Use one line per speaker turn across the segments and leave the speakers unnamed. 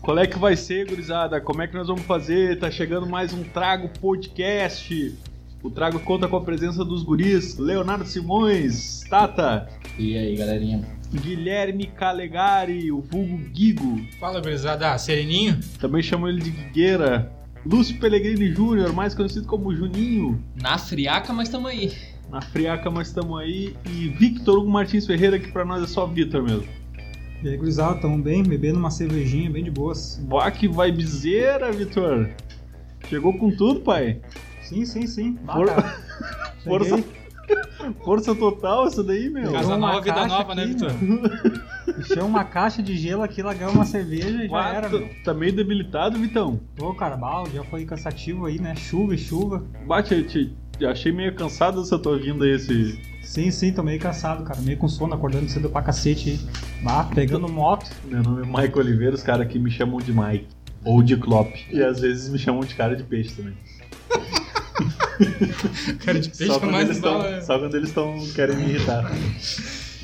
Qual é que vai ser, gurizada? Como é que nós vamos fazer? Tá chegando mais um Trago Podcast. O Trago conta com a presença dos guris Leonardo Simões, Tata,
E aí, galerinha?
Guilherme Calegari, o vulgo Guigo,
Fala, gurizada. Sereninho?
também chamam ele de Guigueira, Lúcio Pellegrini Júnior, mais conhecido como Juninho,
Na friaca, mas tamo aí.
na friaca mas estamos aí, e Victor Hugo Martins Ferreira, que pra nós é só Victor mesmo.
E aí, gurizada, tamo bem, bebendo uma cervejinha bem de boas.
Bah, que vibezeira, Victor! Chegou com tudo, pai!
Sim, sim, sim.
For-
Força.
Força, força total essa daí, meu!
Cara,
Casa
uma
nova, vida
caixa
nova, né,
aqui,
Vitor?
Encheu uma caixa de gelo aqui, largamos uma cerveja e já
Bah,
era,
tu-
meu.
Tá meio debilitado, Vitão.
Ô, Carabal, já foi cansativo aí, né? Chuva e chuva.
Bate, eu te, eu achei meio cansado essa tua vinda aí. Esse...
Sim, sim, tô meio cansado, cara. Meio com sono, acordando cedo pra cacete aí. Bah, pegando moto.
Meu nome é Mike Oliveira, os caras aqui me chamam de Mike. Ou de Klopp. E às vezes me chamam de cara de peixe também.
Cara de peixe que
quando
mais
eles
bala.
né?
né?
tão- só quando eles estão querem me irritar.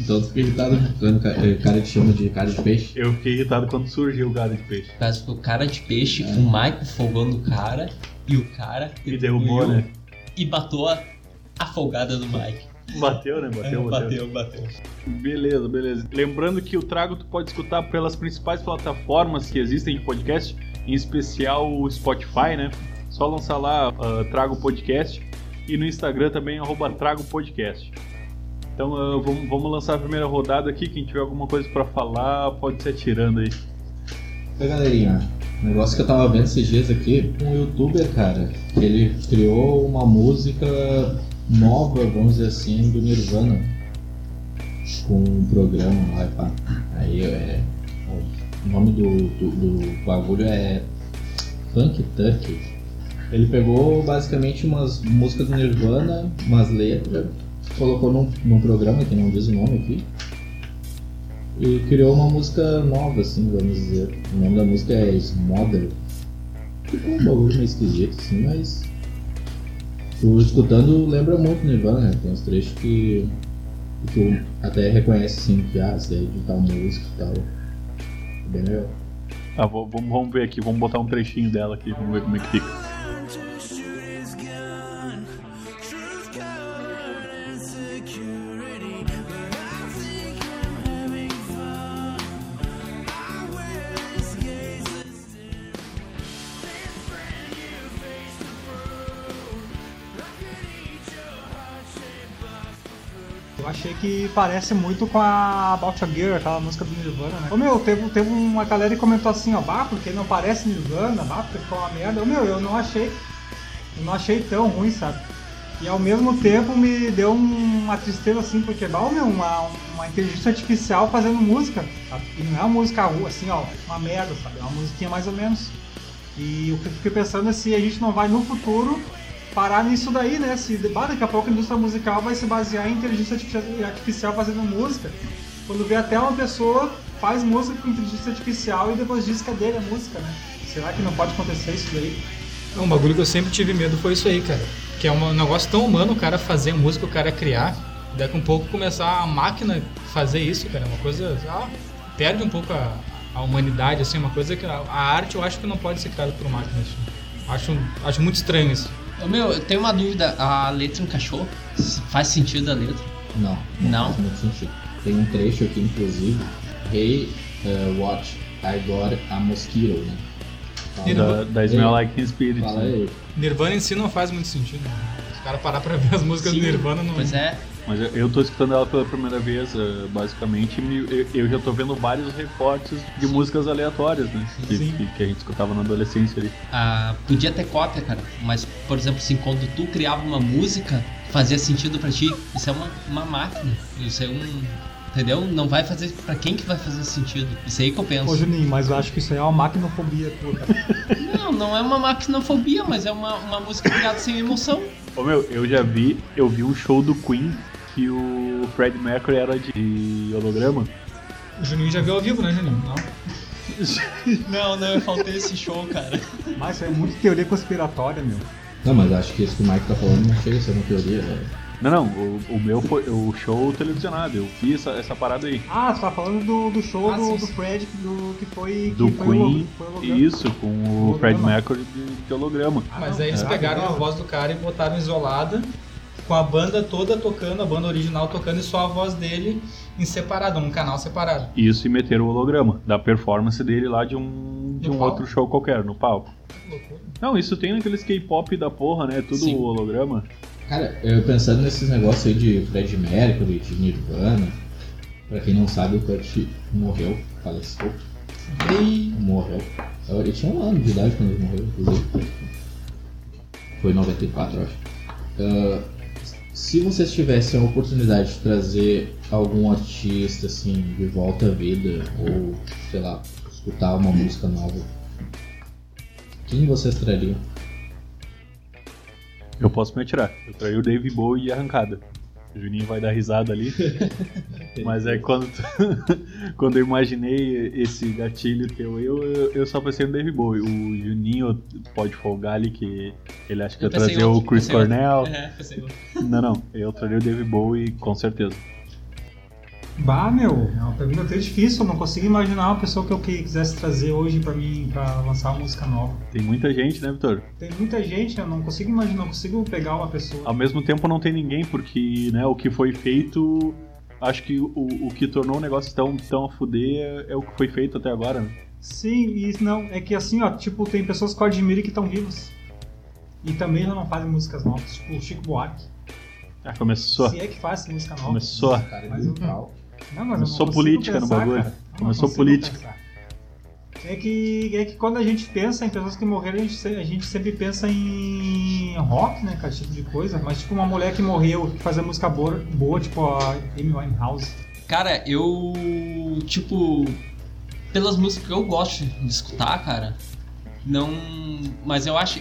Então tu fica irritado quando ca- eh, cara te chama de cara de peixe.
Eu fiquei irritado quando surgiu o cara de peixe.
caso do cara de peixe, o Mike folgando o cara e o cara
Me derrubou,
retribuiu
né?
e bateu a afogada do Mike.
Bateu, né? Bateu,
É,
bateu.
bateu, bateu.
Beleza, beleza. Lembrando que o Trago tu pode escutar pelas principais plataformas que existem de podcast, em especial o Spotify, né? Só lançar lá ah, Trago Podcast e no Instagram também arroba Trago Podcast. Então ah, vamos, vamos lançar a primeira rodada aqui. Quem tiver alguma coisa pra falar pode se atirando aí.
Oi, galerinha. O negócio que eu tava vendo esses dias aqui, um youtuber, cara, ele criou uma música nova, vamos dizer assim, do Nirvana. Com um programa lá e pá. Aí é. O nome do, do, do bagulho é Funk Turkey. Ele pegou basicamente umas músicas do Nirvana, umas letras, colocou num, num programa que não diz o nome aqui e criou uma música nova, assim, vamos dizer. O nome da música é Smother. Ficou um bagulho meio esquisito, assim, mas. Tu escutando lembra muito Nirvana, né? Tem uns trechos que. que tu até reconhece, assim, que ah, isso aí é de tal música e tal. É Bem legal.
Tá, vou- vamos, vamos ver aqui, vamos botar um trechinho dela aqui, vamos ver como é que fica.
Eu achei que parece muito com a About a Girl, aquela música do Nirvana, né? Ô meu, teve, teve uma galera que comentou assim, ó, bah, porque não parece Nirvana, bah, porque ficou uma merda. Ô meu, eu não achei. Eu não achei tão ruim, sabe? E ao mesmo tempo me deu um- uma tristeza assim, porque, bah, ô, meu, uma, uma inteligência artificial fazendo música, sabe? E não é uma música ru- assim, ó, uma merda, sabe? É uma musiquinha mais ou menos. E o que eu fiquei pensando é se a gente não vai no futuro parar nisso daí, né? Se bah, daqui a pouco a indústria musical vai se basear em inteligência artifici- artificial fazendo música. Quando vê até uma pessoa faz música com inteligência artificial e depois diz que é dele a música, né? Será que não pode acontecer isso daí?
Um bagulho que eu sempre tive medo foi isso aí, cara. Que é um negócio tão humano o cara fazer música, o cara criar. Daqui um pouco começar a máquina fazer isso, cara. É uma coisa. ah, perde um pouco a, a humanidade, assim. Uma coisa que. A, a arte eu acho que não pode ser criada por máquinas. Acho, acho muito estranho isso.
Ô, meu, eu tenho uma dúvida. A letra encaixou? S- Faz sentido a letra?
Não,
Não?
faz muito sentido. Tem um trecho aqui, inclusive. Hey, uh, watch, I got a mosquito, né? Fala-
Nirvana.
Da, da Smell Like Teen Spirit.
Fala
né?
aí.
Nirvana em si não faz muito sentido. Né? Os caras parar pra ver as músicas
Sim,
do Nirvana não.
Pois é.
Mas eu, eu tô escutando ela pela primeira vez, eh, basicamente, e me- eu, eu já tô vendo vários recortes de músicas aleatórias, né? Que,
Sim.
que, que a gente escutava na adolescência ali.
Ah, podia ter cópia, cara. Mas, por exemplo, assim, quando tu criava uma música, fazia sentido pra ti. Isso é uma, uma máquina. Isso é um. Entendeu? Não vai fazer. Pra quem que vai fazer sentido? Isso aí que eu penso.
Ô Juninho, mas eu acho que isso aí é uma maquinofobia tua, cara.
Não, não é uma maquinofobia, mas é uma, uma música criada sem emoção.
Ô meu, eu já vi, eu vi um show do Queen que o Fred Mercury era de holograma.
O Juninho já viu ao vivo, né, Juninho? Não.
Não, não, eu faltei esse show, cara.
Mas isso é muito teoria conspiratória, meu.
Não, mas acho que isso que o Mike tá falando não chega a ser uma teoria, velho.
Não, não, o, o meu foi o show televisionado, eu vi essa, essa parada aí.
Ah, você tá falando do, do show
Ah,
do,
sim,
do
sim.
Fred, do, que foi.
Do
que foi o-
Queen,
foi o holograma.
isso, com o
Holograma.
Fred Mercury de, de holograma.
Mas aí eles
Ah,
pegaram a
legal.
voz do cara e botaram isolada, com a banda toda tocando, a banda original tocando e só a voz dele em separado, num canal separado.
Isso e meteram o holograma da performance dele lá de um, de
No
um
palco?
outro show qualquer, no palco.
Que loucura.
Não, isso tem naqueles K-pop da porra, né? Tudo
Sim.
holograma.
Cara, eu pensando nesses negócios aí de Fred Mercury, de Nirvana. Pra quem não sabe, o Kurt morreu, faleceu. Morreu. Ele tinha um ano de idade quando ele morreu, inclusive. Foi em 94, eu acho. Ah, se vocês tivessem a oportunidade de trazer algum artista assim de volta à vida, ou sei lá, escutar uma música nova, quem vocês trariam?
Eu posso me atirar. Eu traí o Dave Bowie e arrancada. O Juninho vai dar risada ali. Mas é quando, tu- quando eu imaginei esse gatilho teu, eu, eu, eu só pensei no Dave Bowie. O Juninho pode folgar ali que ele acha que eu,
Eu pensei
trazer
outro,
o Chris
pensei outro.
Cornell.
É, pensei-
Não, não. Eu traria o Dave Bowie com certeza.
Bah, meu, é uma pergunta até difícil. Eu não consigo imaginar uma pessoa que eu que quisesse trazer hoje pra mim, pra lançar uma música nova.
Tem muita gente, né, Vitor?
Tem muita gente, eu não consigo imaginar, não consigo pegar uma pessoa.
Ao mesmo tempo não tem ninguém, porque né, o que foi feito. Acho que o, o que tornou o negócio tão, tão a fuder é, é o que foi feito até agora, né?
Sim, e não, é que assim, ó, tipo, tem pessoas que eu admiro e que estão vivas. E também já não fazem músicas novas, tipo o Chico Buarque.
Ah, começou.
Se é que faz música nova. né,
Começou.
Cara,
Mas eu-
brutal.
Não, mas eu
Começou
não consigo
política no
pensar,
bagulho.
cara. Eu não
Começou
consigo
política.
pensar. É que, é que quando a gente pensa em pessoas que morreram, a gente, se- a gente sempre pensa em rock, né, cara, esse tipo de coisa. Mas tipo uma mulher que morreu, que fazia música boa, boa tipo a Amy Winehouse.
Cara, eu. Tipo. Pelas músicas que eu gosto de escutar, cara. Não. Mas eu acho.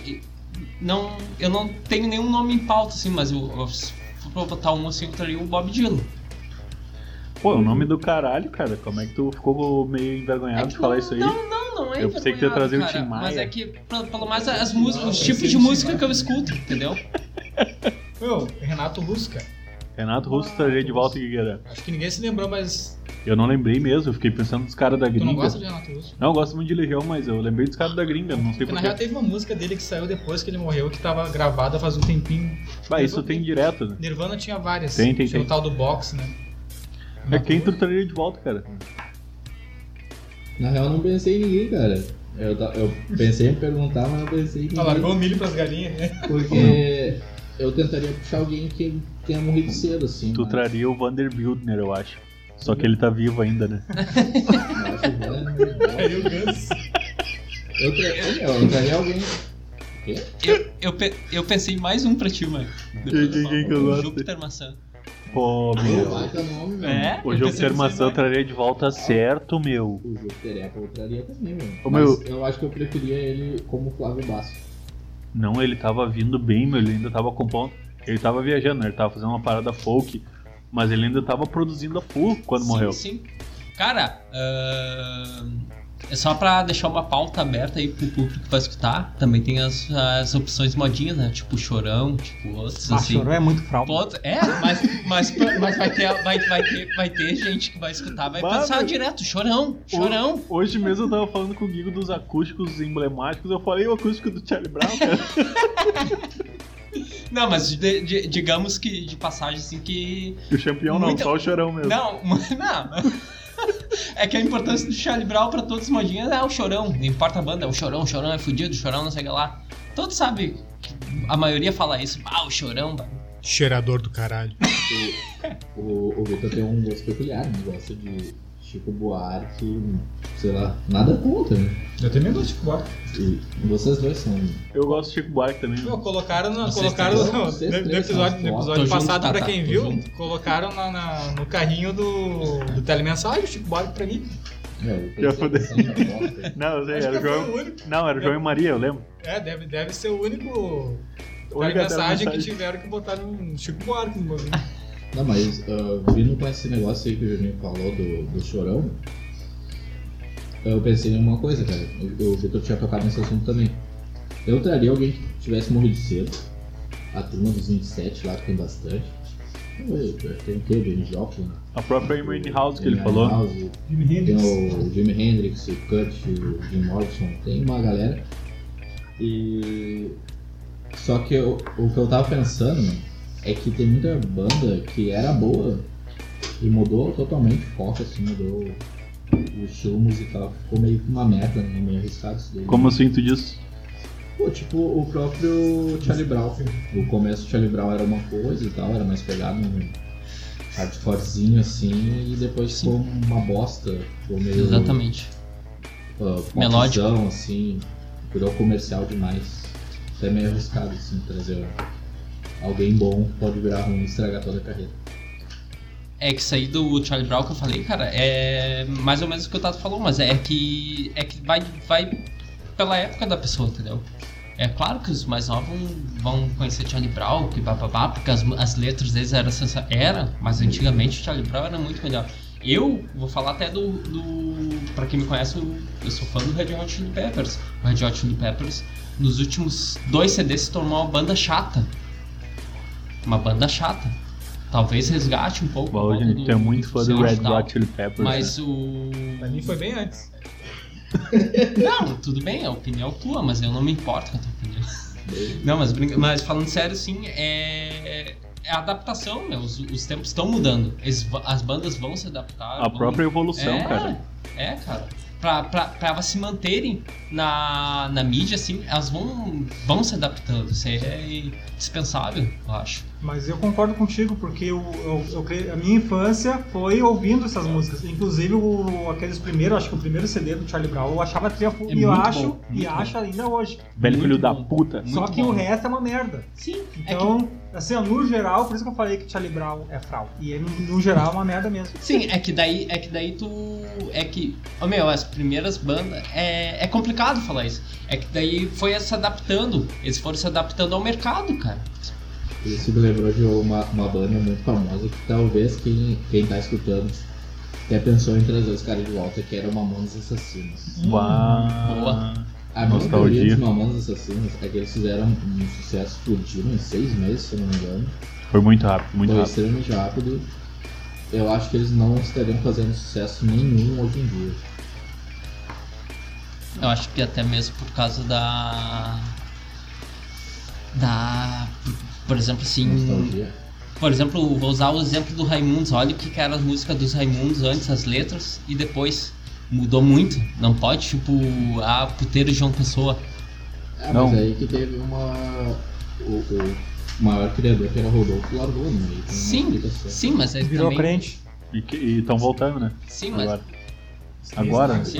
Não. Eu não tenho nenhum nome em pauta, assim, mas eu. eu se for pra botar um assim, eu traria o Bob Dylan.
Pô, o nome do caralho, cara. Como é que tu ficou meio envergonhado
É
de
que
falar
não-
isso aí?
Não, não, não é
Eu pensei que tu ia
envergonhado,
trazer o
cara,
Tim Maia.
Mas é que, pelo- pelo menos, as músicas, os
Não,
tipos
esse
de
é o Tim
música
Maia.
que eu escuto, entendeu?
Meu, Renato Russo, cara.
Renato Russo traria de volta o Guigueira.
Acho que ninguém se lembrou, mas
Eu não lembrei mesmo, eu fiquei pensando nos caras da
tu
gringa.
não gosta de Renato Russo?
Não, eu gosto muito de Legião, mas eu lembrei dos caras da gringa, não sei
Porque na real
porquê.
teve uma música dele que saiu depois que ele morreu, que tava gravada faz um tempinho.
Bah, isso tem direto, né?
Nirvana tinha várias.
Tem, tem,
tinha
tem.
o tal do box, né?
É quem tu traria de volta, cara?
Na real, eu não pensei em ninguém, cara. Eu, ta- eu pensei em perguntar, mas não pensei em ninguém.
Ela Ah, largou o milho pras galinhas, né?
Porque eu tentaria puxar alguém que tenha morrido cedo, assim.
Tu
mas
traria o Vanderbiltner, eu acho. Só que ele tá vivo ainda, né?
Eu acho que ela é muito boa.
Aí o Guns.
Eu traria, eu traria alguém.
Eu, eu, pe- eu pensei em mais um pra ti, mano. Depois
Quem-
eu
quem
falo.
que eu gosto?
Um Júpiter Maçã.
Pô,
Meu,
meu.
um baita nome, meu.
É?
O
eu
jogo
pensei
ter
em
maçã eu
mais um.
traria de volta certo, meu.
O Júpiter Apple eu traria também, meu.
Ô,
Mas
meu-
eu acho que eu preferia ele como Flávio Basso.
Não, ele tava vindo bem, meu. Ele ainda tava compondo. Ele tava viajando, né? Ele tava fazendo uma parada folk. Mas ele ainda tava produzindo a full quando
Sim,
morreu.
Sim. Cara, ahn, é só pra deixar uma pauta aberta aí pro público que vai escutar. Também tem as, as opções modinhas, né? Tipo chorão, tipo outros
Ah,
assim.
chorou é muito fraude.
Ponto- É, mas, mas, mas vai, ter, vai, vai, ter, vai ter gente que vai escutar, vai
Mas-
pensar direto, chorão, chorão.
Hoje mesmo eu tava falando com o Guigo dos acústicos emblemáticos. Eu falei o acústico do Charlie Brown, cara.
Não, mas de- de- digamos que de passagem assim que
E o campeão não,
Muita-
só o chorão mesmo.
Não, mas- não. É que a importância do Charlie Brown pra todos os modinhos é o chorão. Não importa a banda, é o chorão, o chorão é fudido, o chorão não sei o que lá. Todos sabem, que a maioria fala isso. Ah, o chorão, bah."
Cheirador do caralho.
O, o Vitor tem um gosto peculiar, né? Gosta de Chico Buarque, sei lá, nada contra, né?
Eu também gosto de futebol.
E vocês dois são.
Eu gosto do Chico Buarque também.
Meu, colocaram na,
Vocês
colocaram
três,
no,
vocês
no- no
três,
episódio, no
tá,
tô
episódio
junto,
passado,
tá,
pra
tá,
quem
tô
viu,
junto.
colocaram na, na- no carrinho do, do telemensagem, o Chico Buarque pra mim.
Meu,
Já
fudeu.
Não, eu sei,
Acho
É, era
que
o
foi
João.
o único.
Não, era o João e Maria, eu lembro.
É, deve, deve ser o único
Olha,
telemensagem que
telemensagem.
tiveram que botar no Chico Buarque. No bagulho.
Não, mas ah, vindo com esse negócio aí que o Juninho falou do, do chorão, eu pensei em uma coisa, cara. O, o Vitor tinha tocado nesse assunto também. Eu traria alguém que tivesse morrido cedo. A turma dos 27 lá que tem bastante. Tem o que? James Joplin?
A própria Amy House que ele
Amy
falou.
Winehouse,
Jimi
Tem
Hendrix.
o Jimi Hendrix, o Kurt, o Jim Morrison, tem uma galera. E. Só que eu- o que eu tava pensando mano, é que tem muita banda que era boa e mudou totalmente o foco, assim, mudou o estilo musical, ficou meio que uma merda, né? meio arriscado isso daí.
Como assim tu diz?
Pô, tipo, o próprio Charlie Brown. O começo do Charlie Brown era uma coisa e tal, era mais pegado no hardcorezinho assim, e depois ficou uma bosta. Ficou meio.
Exatamente.
ah,
Melódico.
popzão, assim. Virou comercial demais. Isso é meio arriscado, assim, trazer alguém bom, pode virar ruim e estragar toda a carreira.
É que isso aí do Charlie Brown que eu falei, cara, é mais ou menos o que o Tato falou, mas é que é que vai, vai pela época da pessoa, entendeu? É claro que os mais novos vão conhecer Charlie Brown, que bababá, porque as, as letras deles eram, sensa- era, mas antigamente o Charlie Brown era muito melhor. Eu vou falar até do, do para quem me conhece, eu- eu sou fã do Red Hot Chili Peppers. O Red Hot Chili Peppers nos últimos dois CDs se tornou uma banda chata. Uma banda chata. Talvez resgate um pouco.
Bom,
a volta
gente, tu é muito fã do
Seal
Red
e tal,
Hot Chili Peppers. né?
Mas o.
Pra mim foi bem antes.
Não, tudo bem, é a opinião tua, mas eu não me importo com a tua opinião. Não, mas, brinca- mas falando sério, sim, é. É a adaptação, meu. Os, os tempos estão mudando. Eles va- as bandas vão se adaptar.
A
vão-
própria evolução,
é,
cara.
É, cara. Pra, pra, pra elas se manterem na, na mídia, assim, elas vão, vão se adaptando. Isso aí é indispensável, eu acho.
Mas eu concordo contigo, porque eu, eu- eu cre- a minha infância foi ouvindo essas músicas. Inclusive, o- aqueles primeiros, acho que o primeiro CD do Charlie Brown, eu achava trilha foda.
É
e eu
muito
acho,
bom,
e
muito
acho ainda hoje.
Velho
muito
filho da
bom.
puta.
Muito
Só que
bom.
o resto é uma merda.
Sim,
Então, assim, ó, no geral, por isso que eu falei que Charlie Brown é frau. E ele, no geral, é uma merda mesmo.
Sim, é que daí, é que daí tu. É que. Ô meu, as primeiras bandas. É, é complicado falar isso. É que daí foi se adaptando. Eles foram se adaptando ao mercado, cara.
Isso me lembrou de uma, uma banda muito famosa que talvez quem, quem tá escutando até pensou em trazer os caras de volta, que era Mamonas Assassinos.
Bah.
boa.
A minha
Nostalgia.
teoria dos Mamonas Assassinos é que eles fizeram um sucesso explodido em seis meses, se eu não me engano.
Foi muito rápido, muito
Foi
rápido.
extremamente rápido. Eu acho que eles não estariam fazendo sucesso nenhum hoje em dia.
Eu acho que até mesmo por causa da. Da. Por exemplo, assim.
Nostalgia.
Por exemplo, vou usar o exemplo do Raimundos. Olha o que, que era a música dos Raimundos antes, as letras, e depois mudou muito. Não pode, tipo, a puteiro João Pessoa.
É,
Não.
mas aí que teve uma. O, o maior criador que era Rodolfo largou, né? E tem uma
Sim,
explicação.
Sim, mas aí
Virou
também.
crente.
E estão voltando, né?
Sim, mas
Agora. Agora?
Sim.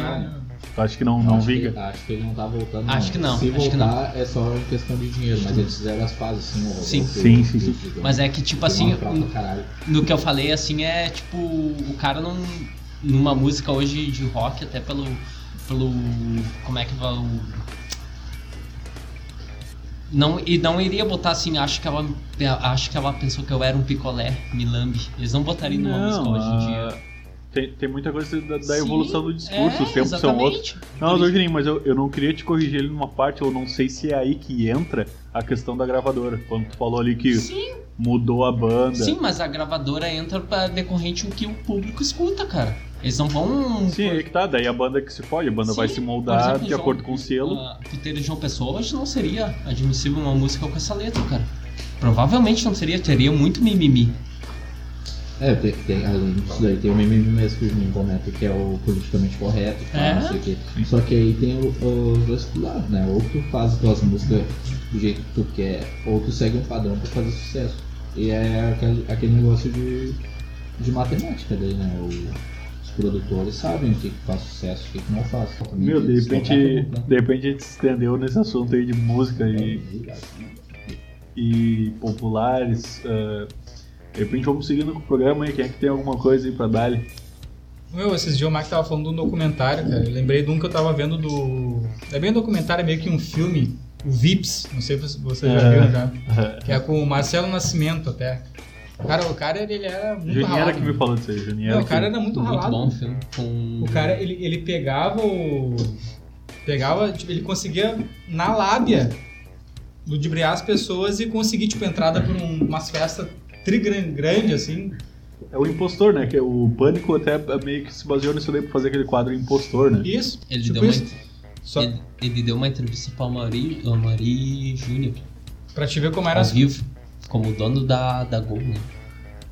Tu acha que não,
Eu
não
acho
vinga?
Que, acho que ele não tá voltando.
Acho que não,
Se
acho que
voltar, é só questão de dinheiro, mas eles fizeram as pazes, sim. o Rodolfo
Sim.
e o
Sim, sim, sim.
Rodrigo.
Mas é que, tipo assim,
Uma frota, caralho.
no que eu falei, assim, é tipo, o cara não. Numa música hoje de rock, até pelo. pelo. Como é que vai. o- Não, e não iria botar assim, acho que ela. Acho que ela pensou que eu era um picolé, milambe. Eles não botariam numa música hoje em dia.
ah, Tem, tem muita coisa da, da
Sim,
evolução do discurso,
é,
os tempos são outros.
exatamente.
Não,
Por isso-
Jorginho, mas eu, eu não queria te corrigir ele numa parte, eu não sei se é aí que entra a questão da gravadora. Quando tu falou ali que
Sim,
mudou a banda.
sim, mas a gravadora entra pra decorrente o que o público escuta, cara. Eles não vão.
Sim, aí que tá, daí a banda que se fode, a banda
Sim,
vai se moldar
por exemplo,
de
João-
acordo com o selo.
Ah, Puteiro de João Pessoa hoje não seria admissível uma música com essa letra, cara. Provavelmente não seria, teria muito mimimi.
É, tem, tem, além disso daí tem o meme mesmo que o Juninho comenta, que é o politicamente correto, tá,
É.
não sei o quê. Só que aí tem o- os dois lados, né? Ou tu faz as tuas músicas do jeito que tu quer, ou tu segue um padrão pra fazer sucesso. E é aquele, aquele negócio de, de matemática daí, né? O- os produtores sabem o que, que faz sucesso, o que, que não faz. Também
Meu, de
eles
repente,
tá
tocam, né?
de repente a gente se estendeu nesse assunto aí de música e, e populares. ah, de repente vamos seguindo com o programa aí, quem é que tem alguma coisa aí pra dar?
Meu, esses dias o Mark tava falando de um documentário, cara. Eu lembrei de um que eu tava vendo do. É bem um documentário, é meio que um filme, o Vips. Não sei se vocês já
É.
viram já. Que é com o Marcelo Nascimento até. Cara, o cara ele era muito
Juniera
ralado.
que me falou disso aí, Juniera.
né? Não, o
que-
cara era um
Tá
muito,
Muito
ralado.
bom o filme. Com...
O cara, ele, ele pegava o. Pegava, tipo, ele conseguia na lábia ludibriar as pessoas e conseguir, tipo, entrada por um, umas festas trigran grande, assim.
É o impostor, né? Que o pânico até meio que se baseou nisso daí pra fazer aquele quadro impostor, né?
Isso.
Ele
tipo
deu uma
isso. Só
Ele, ele deu uma entrevista pra Mari, a Mari Júnior,
pra te ver como era assim.
ao
as
vivo, como dono da, da Gol, né?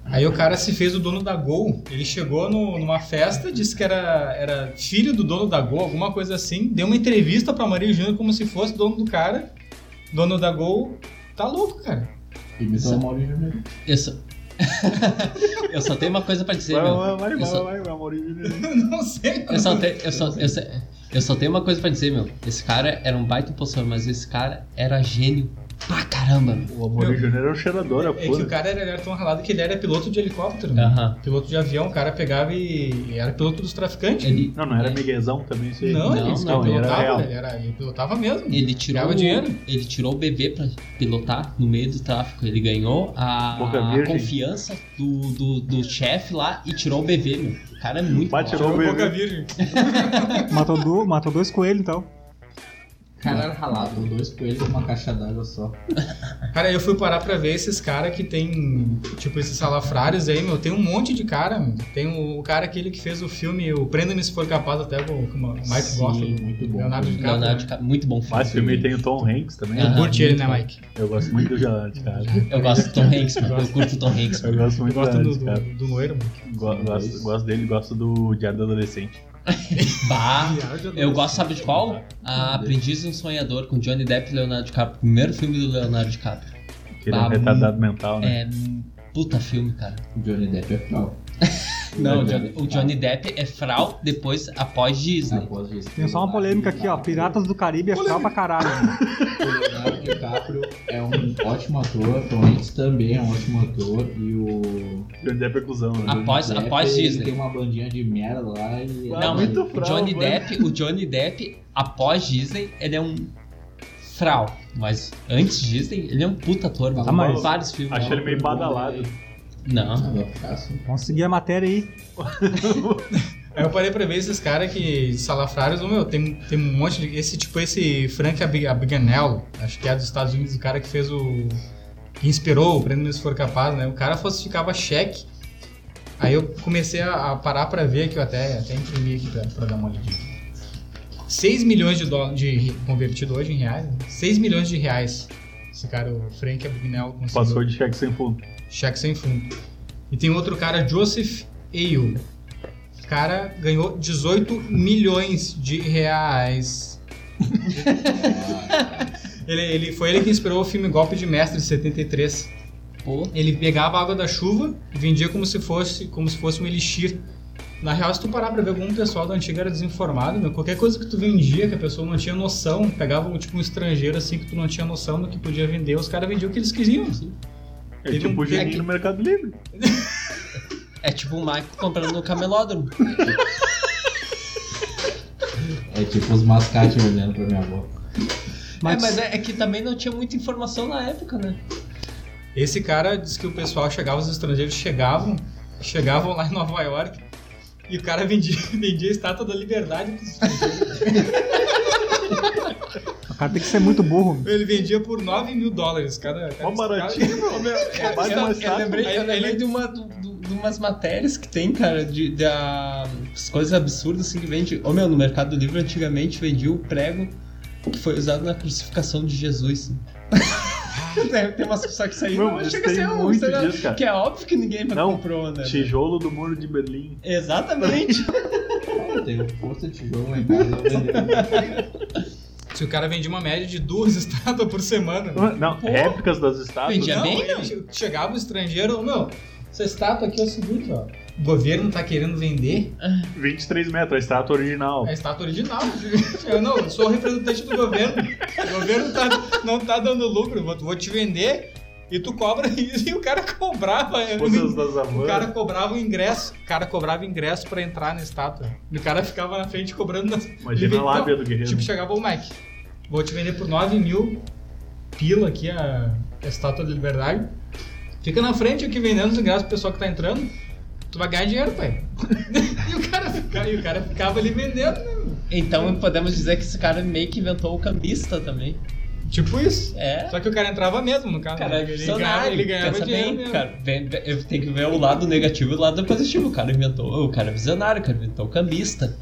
Aí o cara se fez o dono da Gol. Ele chegou no- numa festa, disse que era, era filho do dono da Gol, alguma coisa assim. Deu uma entrevista pra Maria Júnior como se fosse dono do cara. Dono da Gol. Tá louco, cara.
Imitou
é
o Maurício Vermelho.
Eu só, eu só tenho uma coisa pra dizer,
Vai,
meu.
vai, vai,
Eu
vai,
só-
vai, vai, Maurício.
Não sei.
Eu
cara.
só, te- eu, só, eu, só, eu só tenho uma coisa pra dizer, meu. Esse cara era um baita impostor, mas esse cara era gênio pra caramba, meu.
O Amor de Janeiro é um cheirador, a
É que o
porra.
cara era, ele era tão ralado que ele era piloto de helicóptero. né?
Aham.
Piloto de avião, o cara pegava e e era piloto dos traficantes.
Ele,
Não, não era miguezão também, isso aí.
Não,
Não,
ele, disse que
não,
ele era
pilotava,
real.
ele, era, ele pilotava mesmo.
ele tirou
Ganhava dinheiro.
Ele tirou o bebê pra pilotar no meio do tráfico. Ele ganhou a,
Boca
a
virgem.
confiança do, do, do chefe lá e tirou o bebê, meu. O cara é muito
Bate no-
bom.
Tirou
Vamos ver,
boca
né?
virgem.
Matou, du- matou dois coelhos, então.
Cara era ralado, dois coelhos e uma caixa d'água só.
Cara, eu fui parar pra ver esses caras que tem, tipo, esses salafrários aí, meu. Tem um monte de cara, meu. Tem o, o cara aquele que fez o filme, o Prenda-me Se For Capaz, até com, com o Mike
Sim,
Goffman.
muito bom.
Leonardo DiCaprio.
Leonardo
né?
DiCaprio, é muito bom filme.
Mas filme aí tem o Tom Hanks também.
Aham,
Eu curti ele, né,
muito
Mike?
Eu gosto muito do Jalan de cara.
Eu gosto do Tom Hanks, mano. Eu curto o Tom Hanks.
Eu gosto
Eu
muito
gosto do,
do
do,
cara.
do Moeiro, mano.
Go- Gosto, gosto dele, gosto do Diário do Adolescente.
Bah. Eu gosto, sabe de qual? A Aprendiz e um Sonhador com Johnny Depp e Leonardo DiCaprio. Primeiro filme do Leonardo DiCaprio.
Que ele é um
Bah,
retardado mental, né?
É. Puta filme, cara.
Johnny Depp é pau.
Não, o
Johnny
Johnny,
Depp é
o Johnny Depp é fral depois após Disney.
Após isso,
Tem só uma polêmica aqui, ó. Piratas do Caribe é ficar pra caralho.
O Leonardo DiCaprio é um ótimo ator, Tom Hanks também é um ótimo ator e o
Johnny Depp é cuzão, né?
Ah, Após-
Johnny Depp,
após
ele
Disney.
Tem uma bandinha de merda lá e
Tá
é um
Ah,
Não,
muito
o
fral,
Johnny
mano.
Depp, o Johnny Depp após Disney, ele é um fral. Mas antes Disney, ele é um puta ator, mano.
Ah,
mas-
vários filmes. né?
Achei ele meio badalado.
né?
Não.
assim.
Vamos seguir a matéria aí.
Aí eu parei pra ver esses caras que salafrários, ô, meu, tem, tem um monte de. Esse tipo, esse Frank Abig- Abagnale, acho que é dos Estados Unidos, o cara que fez o. que inspirou o Prêmio Se For Capaz, né? O cara falsificava cheque. Aí eu comecei a, a parar pra ver aqui, eu até, até imprimi aqui pra, pra dar uma olhadinha. 6 milhões de dólares, de, convertido hoje em reais, 6 milhões de reais. Esse cara, o Frank Abagnale, conseguiu.
Passou de cheque sem fundo.
Cheque sem fundo. E tem outro cara, Joseph Ayu. O cara ganhou 18 milhões de reais. Ele, ele- foi ele que inspirou o filme Golpe de Mestre de 73.
Pô,
Ele pegava água da chuva e vendia como se fosse, como se fosse um elixir. Na real, se tu parar pra ver algum pessoal da antiga era desinformado, meu, qualquer coisa que tu vendia que a pessoa não tinha noção, pegava tipo um estrangeiro assim que tu não tinha noção do que podia vender, os caras vendiam o que eles queriam.
É
Teve
tipo
um
o Geninho
cheque-
no Mercado Livre.
é tipo o Michael comprando no camelódromo.
É tipo os mascates olhando pra minha avó.
É, mas é, é que também não tinha muita informação na época, né?
Esse cara disse que o pessoal chegava, os estrangeiros chegavam, chegavam lá em Nova York e o cara vendia, vendia a estátua da liberdade. pros estrangeiros.
O cara tem que ser muito burro.
Ele vendia por 9 mil dólares cada. cada
Ó, baratinho, meu. meu, é Mais né?
eu,
uma
eu
estátua.
lembrei, eu lembrei de, uma, do- do- de umas matérias que tem, cara, de, da- as coisas absurdas assim que vende. Ô meu, no Mercado Livre antigamente vendia o prego que foi usado na crucificação de Jesus. Deve ter umas pessoas que saíram.
Meu,
"Não,
mas
chega a
tem
ser um,
muito
sei lá",
disso, cara.
Que é óbvio que ninguém
Não,
comprou, né?
Tijolo do Muro de Berlim.
Exatamente.
Tem força de tijolo lá em casa. eu vendendo.
Se o cara vendia uma média de duas estátuas por semana. né?
Não, réplicas das estátuas.
Vendia
Não,
bem,
ele che- chegava o estrangeiro, meu, essa estátua aqui é o seguinte, ó. O governo tá querendo vender
23 metros, a estátua original.
É
É.
a estátua original. Eu não, eu sou o representante do governo. O governo tá, não tá dando lucro, vou, vou te vender e tu cobra isso. E o cara cobrava. eu-
Forças das
O
Avan.
cara cobrava o ingresso. O cara cobrava ingresso pra entrar na estátua. E o cara ficava na frente cobrando. nas-
Imagina a
Então,
lábia do guerreiro.
Tipo, chegava o Mike. Vou te vender por 9 mil pila aqui a, a estátua da liberdade. Fica na frente aqui vendendo os ingressos pro pessoal que tá entrando. Tu vai ganhar dinheiro, pai. e, o cara fica- e o cara ficava ali vendendo, né?
Então podemos dizer que esse cara meio que inventou o cambista também.
Tipo isso.
É.
Só que o cara entrava mesmo no carro.
Cara, é
ele, ganhava,
visionário.
ele ganhava
Pensa
dinheiro
bem,
mesmo.
cara. Vem- vem- eu tenho que ver o lado negativo e o lado positivo. O cara inventou. O cara é visionário, o cara inventou o cambista.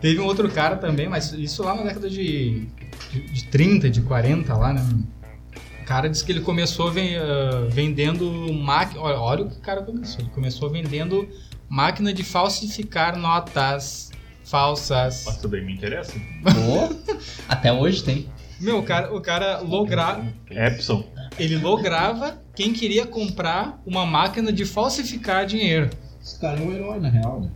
Teve um outro cara também, mas isso lá na década de, de, de 30, de 40 lá, né? O cara disse que ele começou ven- ah, vendendo máquina. Olha, olha o que o cara começou. Ele começou vendendo máquina de falsificar notas
Mas
falsas.
tudo bem, me interessa.
Pô, até hoje tem.
Meu, o cara, o cara logra,
Epson.
ele lograva quem queria comprar uma máquina de falsificar dinheiro.
Esse cara é um herói, na real, né?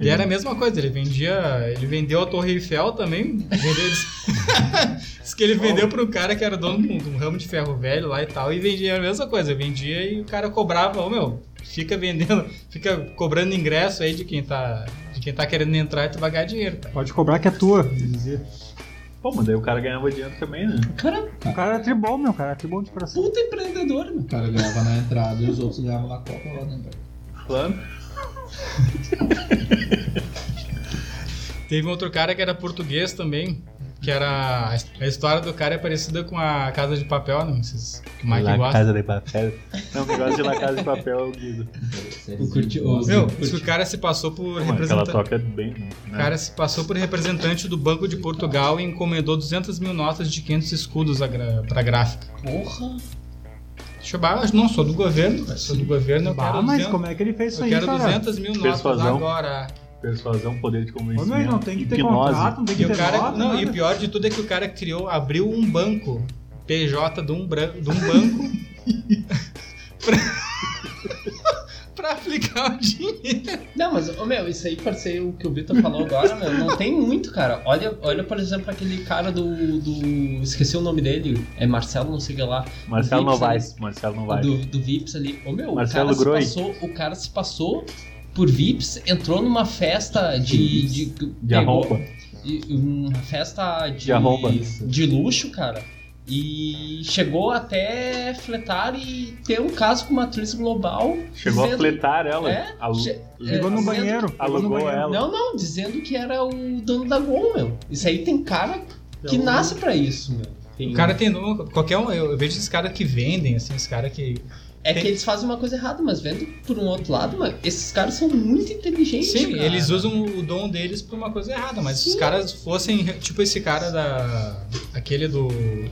E era a mesma coisa, ele vendia. Ele vendeu a Torre Eiffel também. Vendeu, diz, diz que ele vendeu para um cara que era dono de um, de um ramo de ferro velho lá e tal. E vendia a mesma coisa. Vendia e o cara cobrava, ô meu, fica vendendo, fica cobrando ingresso aí de quem tá. De quem tá querendo entrar e tu vai ganhar dinheiro, cara.
Pode cobrar que é tua, ele dizia.
Pô, mas daí o cara ganhava dinheiro também, né?
O cara um
O cara é tribom, meu, cara. É tribom de coração.
puta empreendedor, meu.
O cara ganhava na entrada e os outros ganhavam na Copa lá né, dentro.
Claro.
Teve um outro cara que era português também. Que era. A história do cara é parecida com a Casa de Papel, né? Vocês, que o Mike gosta.
de papel. Não, quem gosta de La Casa de Papel é o Guido.
Então,
O curti- o-
Meu, diz que o cara se passou por
Mano, Ela
representante.
toca bem, né?
O cara se passou por representante do Banco de Portugal e encomendou 200 mil notas de 500 escudos a gra- pra gráfica.
Porra.
Deixa eu ba- não sou do governo, mas sou do governo, eu
Bah,
quero,
mas
200,
como é que ele fez isso
eu
aí,
quero
cara?
200 mil notas
Persuasão.
agora.
Persuasão, um poder de
Ô,
convencimento.
meu, não tem que ter
hipnose.
contrato, não tem
E
que
o
ter
cara, é-
nota, né?
não,
nada.
e o pior de tudo é que o cara criou, abriu um banco, PJ de um, bran- de um banco, pra, pra aplicar o dinheiro.
Não, mas, ô, meu, isso aí pode ser o que o Vitor falou agora, meu. Não tem muito, cara. Olha, olha por exemplo, aquele cara do, do. Esqueci o nome dele. É Marcelo, não sei o que lá.
Marcelo
Vips,
Novaes. Marcelo Novaes.
Do, do Vips ali. Ô, meu,
Marcelo
o, cara
Groi.
se passou, o cara se passou por Vips, entrou numa festa de. De,
De
pegou-
arromba.
e- Uma festa de.
De arromba.
de luxo, cara. E chegou até fletar e ter um caso com uma atriz global.
Chegou a
dizendo-
fletar ela.
É?
Alu-
Che-
Ligou no
é,
banheiro. ligou no
Alugou
banheiro.
ela.
Não, não, dizendo que era o dono da Gol, meu. Isso aí tem cara que
Não.
nasce pra isso, meu. Tem-
O cara tem, no- qualquer um, eu vejo esses caras que vendem, assim, esses caras que
É que eles fazem uma coisa errada, mas vendo por um outro lado, mano, esses caras são muito inteligentes.
Sim,
cara.
eles usam o dom deles pra uma coisa errada, mas se os
Sim.
caras fossem, tipo esse cara da. aquele do.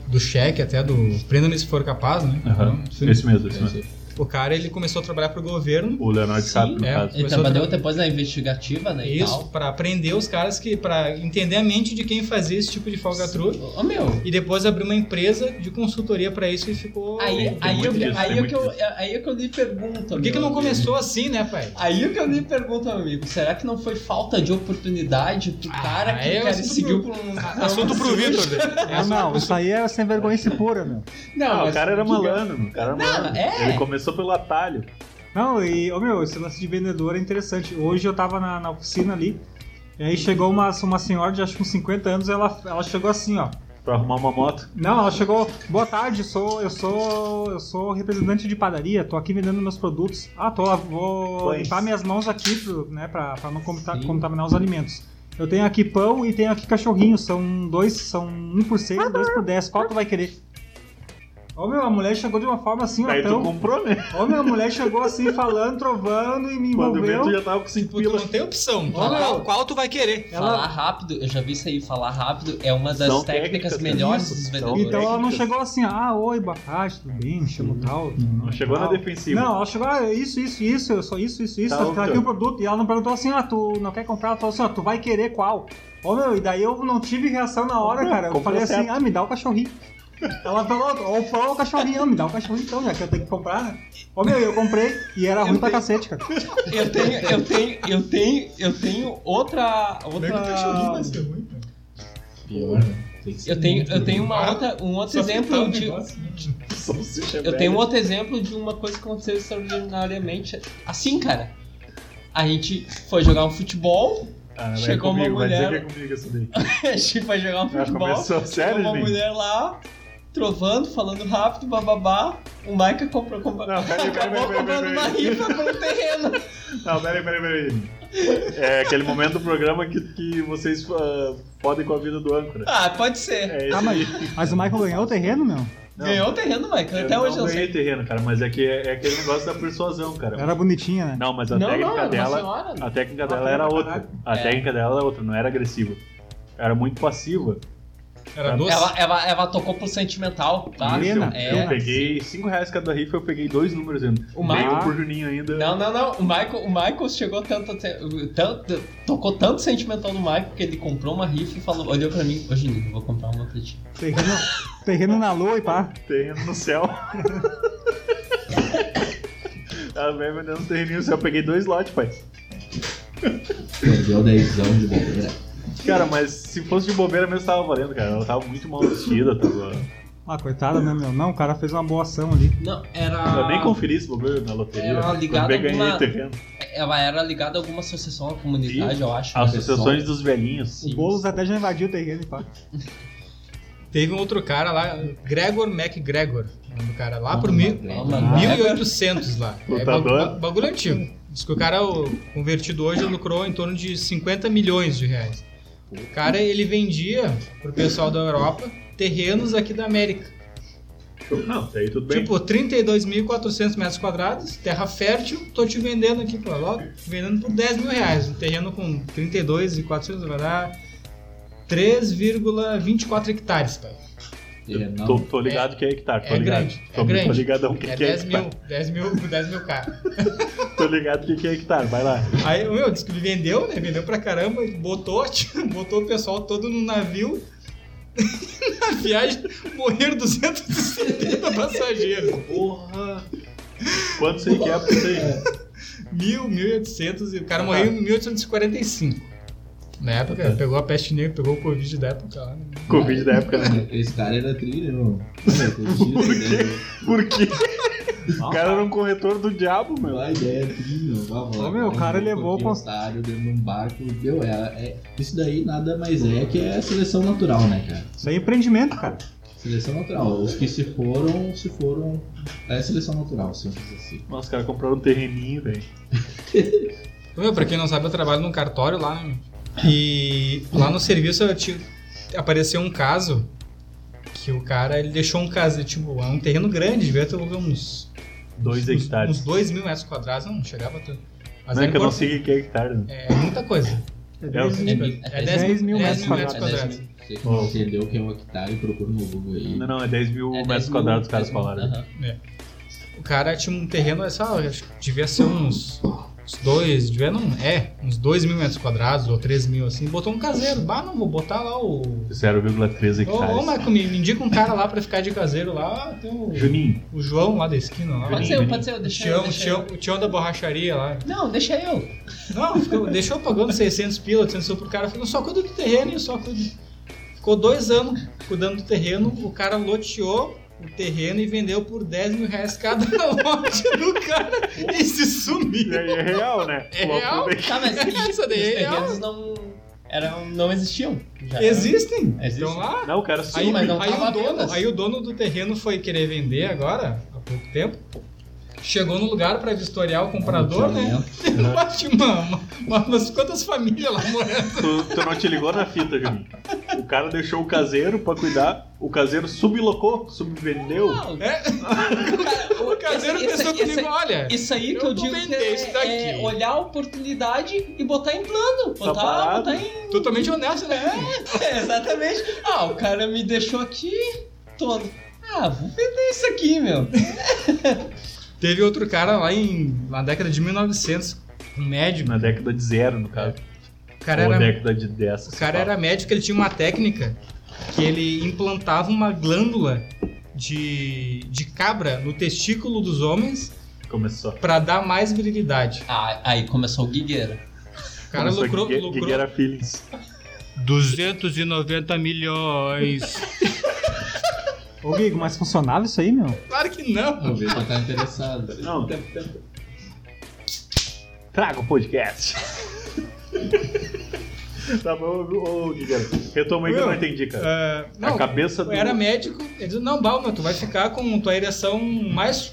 do cheque até do. Prenda-me se for capaz, né?
Aham. Esse mesmo, esse mesmo.
O cara ele começou a trabalhar pro governo.
O Leonardo
Sim,
sabe, no
é.
caso.
Ele
Começou a
trabalhou
tra-
depois na investigativa, né? e
Isso,
tal.
pra prender os caras que. pra entender a mente de quem fazia esse tipo de falcatrua.
Ô, meu.
E depois abriu uma empresa de consultoria pra isso e ficou.
Aí,
Tem- tem
aí,
muito
eu,
disso,
aí,
tem
é
muito
que eu, aí é que eu lhe pergunto.
Por que, que
meu
não
amigo.
começou assim, né, pai?
Aí é que eu lhe pergunto, meu amigo, será que não foi falta de oportunidade pro
Ah,
cara que
é
o cara
assunto
seguiu
pro-
por um.
Assunto pro Vitor. né?
Ah, não, isso aí é sem vergonha pura, meu.
Não,
Ah, o
mas-
cara era malandro, o cara era malandro.
é.
Ele começou pelo atalho.
Não, e, ô meu, esse lance de vendedor é interessante. Hoje eu tava na, na oficina ali, e aí chegou uma, uma senhora de acho que uns 50 anos, ela, ela chegou assim, ó.
Pra arrumar uma moto.
Não, ela chegou. Boa tarde, sou, eu sou. Eu sou representante de padaria, tô aqui vendendo meus produtos. Ah, tô, vou
Pois.
limpar minhas mãos aqui pro, né, pra, pra não conta-
Sim.
contaminar os alimentos. Eu tenho aqui pão e tenho aqui cachorrinho. São dois, são um por seis e dois por dez. Qual tu vai querer? Ô meu, a mulher chegou de uma forma assim, ó.
Aí tu
Tão...
comprou, né?
Ô meu, a mulher chegou assim, falando, trovando e me
Quando vê, tu
envolveu.
já tava com 5
Tipo, tu
pila.
não tem opção.
Ô, meu.
Qual, qual tu vai querer?
Falar rápido, eu já vi isso aí, falar rápido é uma das
São
técnicas,
técnicas, né?
melhores
isso.
dos
São
vendedores.
Então ela não
técnicas.
chegou assim, ah, oi, boa tarde, tudo bem, me chamo tal.
Não chegou na
tal.
defensiva.
Não, ela chegou, ah, isso, isso, isso, eu sou isso, isso, isso,
Tá,
tá,
ok.
aqui o produto. E ela não perguntou assim, ah, tu não quer comprar? Ela falou assim, ó, tu vai querer qual? Ô meu, e daí eu não tive reação na hora,
Comprou,
cara. Eu
comprou
falei assim,
certo.
ah, me dá o cachorrinho. Ela falou, ou o pão ou o cachorrinho, Ah, me dá o cachorrinho então, já que eu tenho que comprar, né? Ô meu, eu comprei e era ruim pra cacete, cara.
Eu tenho, eu tenho, eu tenho, eu tenho outra,
Como é que o cachorrinho vai ser
outra.
ruim, cara?
Pior, né? Tem que ser
Eu tenho,
muito
eu tenho uma
Ah,
outra, um outro
Só fritar
exemplo
um
de,
negócio, né?
Salsicha
eu
velha.
tenho um outro exemplo de uma coisa que aconteceu extraordinariamente. Assim, cara, a gente foi jogar um futebol,
Ah, vai
chegou uma
comigo, vai dizer
mulher-
que é comigo isso daí.
a gente foi jogar um
Já
futebol,
começou,
chegou
sério,
uma
gente?
mulher lá, trovando, falando rápido, bababá. O Maica comprou, comprou,
Não, peraí, peraí,
acabou
peraí, peraí,
comprando uma
peraí.
rifa pra um terreno.
Não, peraí, peraí, peraí. É aquele momento do programa que, que vocês ah, podem com a vida do âncora.
Ah, pode ser.
É
Ah,
esse
mas,
aí.
mas o Michael ganhou o terreno, meu?
Não.
Ganhou o terreno, Maica. Até
eu
hoje eu
não
não
ganhei
sei.
terreno, cara, mas é que é, é aquele negócio da persuasão, cara.
Era bonitinha, né?
Não, mas a
Não,
técnica
não, era uma
dela.
senhora. né?
A técnica dela era outra. A
É.
técnica dela era outra, não era agressiva. Era muito passiva.
Era doce.
Ela, ela, ela tocou pro sentimental, tá?
Isso, eu,
Lena,
é.
eu peguei 5 reais cada rifa, eu peguei dois números ainda.
O
Meio
Mar-
pro Juninho ainda.
Não, não, não. O Michael, o Michael chegou tanto, a te- tanto. Tocou tanto sentimental no Michael que ele comprou uma rifa e falou: olhou pra mim, hoje eu vou comprar uma pra ti.
Terreno, terreno na lua e pá.
Terreno no céu. Tá bem, vendendo um terreninho no céu. Eu peguei dois lotes, pai.
Perdeu 10 de bobeira.
Cara, mas se fosse de bobeira mesmo, tava valendo, cara. Ela tava muito mal vestida, tava.
Ah, coitada, né, meu? Não, o cara fez uma boa ação ali.
Não, era.
Eu nem conferi esse bagulho na loteria.
Era Ah. É, ligado
Também ganhei
alguma-
terreno.
Ela era ligada a alguma associação, à comunidade,
Sim.
eu acho.
Associações dos velhinhos.
O Boulos até já invadiu o terreno e pá.
Teve um outro cara lá, Gregor MacGregor, o nome do cara, lá
Uhum.
por mil,
Ah,
Calma,
mano,
1800 lá. É bagu-
Lutador.
ba- bagulho antigo. Diz que o cara, o- convertido hoje, lucrou em torno de 50 milhões de reais. O cara, ele vendia pro pessoal da Europa terrenos aqui da América.
Não, isso aí tudo bem.
Tipo, 32.400 metros quadrados, terra fértil, tô te vendendo aqui, pô, logo, vendendo por 10 mil reais. Um terreno com 32.400 vai dar 3,24 hectares, pai.
Terrenão.
Tô, tô ligado que é hectare, tô
é
ligado.
grande,
tô,
é grande.
tô ligadão que
É
que é
10
hectare.
mil, 10 mil, 10 mil cara.
Tô ligado que que é hectare, vai lá.
Aí, meu, disse que ele vendeu, né? Vendeu pra caramba, e botou, botou o pessoal todo no navio. Na viagem, morreram 270 passageiros.
Porra! Quanto você quer pra isso
É.
aí?
Mil, 1800, e o cara morreu em 1845. Na época, pegou a peste negra, pegou o Covid da época lá, né?
Covid da época, né?
Esse cara era né, trilha, meu. Olha, curtido,
Por quê? O cara era um corretor do diabo,
né?
meu.
Uma ideia trilha, meu. Vamos lá.
Ô, meu, o cara levou
o
com-
otário dentro de um barco. Deu, é, é- isso daí nada mais é que é seleção natural, né, cara?
Isso aí é empreendimento, cara.
Seleção natural. Os que se foram, se foram. É seleção natural, simples assim.
Nossa, os caras compraram um terreninho, velho.
Meu, pra quem não sabe, eu trabalho num cartório lá, né? E lá no serviço eu tive- apareceu um caso que o cara ele deixou um caso, tipo, é um terreno grande, devia ter uns.
Dois
uns,
hectares.
Uns 2 mil metros quadrados, não chegava tanto. Mas
Não é
era
que eu não
import-
sei o que é hectare, né?
é muita coisa.
É
É,
desde-
É
10
10 mil metros
quadrados.
Você que não entendeu o que é um hectare, procura no Google aí.
Não, não, é 10 mil
É 10
metros
mil,
quadrados, os caras
10 mil,
falaram.
aham.
O cara tinha um terreno, essa, acho que devia ser uns. Uns dois, devia não. É, uns 2 mil metros quadrados ou 3 mil assim. Botou um caseiro. Bah, não, vou botar lá o.
0,3
Ô, ô,
hectares.
Marco, me me indica um cara lá pra ficar de caseiro lá. Tem o.
Juninho,
O João lá da esquina lá.
Pode
Juninho,
ser,
Juninho.
pode ser,
O
deixa eu.
Tião, o,
deixa
Tião, o Tião da borracharia lá.
eu. Não, deixa eu.
Não, ficou, deixou pagando 600 pila, 800 pila pro cara. Ficou só cuida do terreno e só cuida. Ficou dois anos cuidando do terreno. O cara loteou o terreno e vendeu por 10 mil reais cada lote do cara e se
e
sumiu.
aí é real, né?
É real?
Tá, mas
Essa
os
daí é real.
terrenos não, eram, não existiam. Já eram-
Existem.
Existem.
Estão lá.
Não, o cara
Sim,
sumiu.
mas não
aí,
tava
o dono,
apenas.
aí o dono do terreno foi querer vender agora, há pouco tempo. Chegou no lugar pra vistoriar o comprador, né? Bate
né?
uma, uma, umas quantas famílias lá morando.
Tu, tu não te ligou na fita, Juninho. O cara deixou o caseiro pra cuidar, o caseiro sublocou, subvendeu.
Não,
É.
cara,
O caseiro
esse-
pensou
esse-
comigo, olha.
Isso aí
Eu
que eu
vou
digo que
vender isso
é, é
daqui.
olhar a oportunidade e botar em plano. Botar,
Tá parado.
botar em.
Totalmente honesto, né?
É, exatamente. Ah, o cara me deixou aqui todo. Ah, vou vender isso aqui, meu.
Teve outro cara lá em, na década de 1900, um médico.
Na década de zero, no caso.
O cara
Ou
era,
década de 10.
o cara era médico, ele tinha uma técnica que ele implantava uma glândula de, de cabra no testículo dos homens
Começou.
pra dar mais virilidade.
Ah, aí começou o guigueira.
O cara
Começou
lucrou,
Gigue-
lucrou
Guigueira Feelings.
290 milhões.
Ô, Guigo, mas funcionava isso aí, meu?
Claro que não.
Vamos ver pra tá interessado.
Não. Traga o podcast. Tá bom, viu? ô Guilherme. Retoma aí que eu não
Meu,
entendi, cara.
Ah,
A
não,
cabeça do.
eu era médico, ele disse, não, Balma, tu vai ficar com tua ereção mais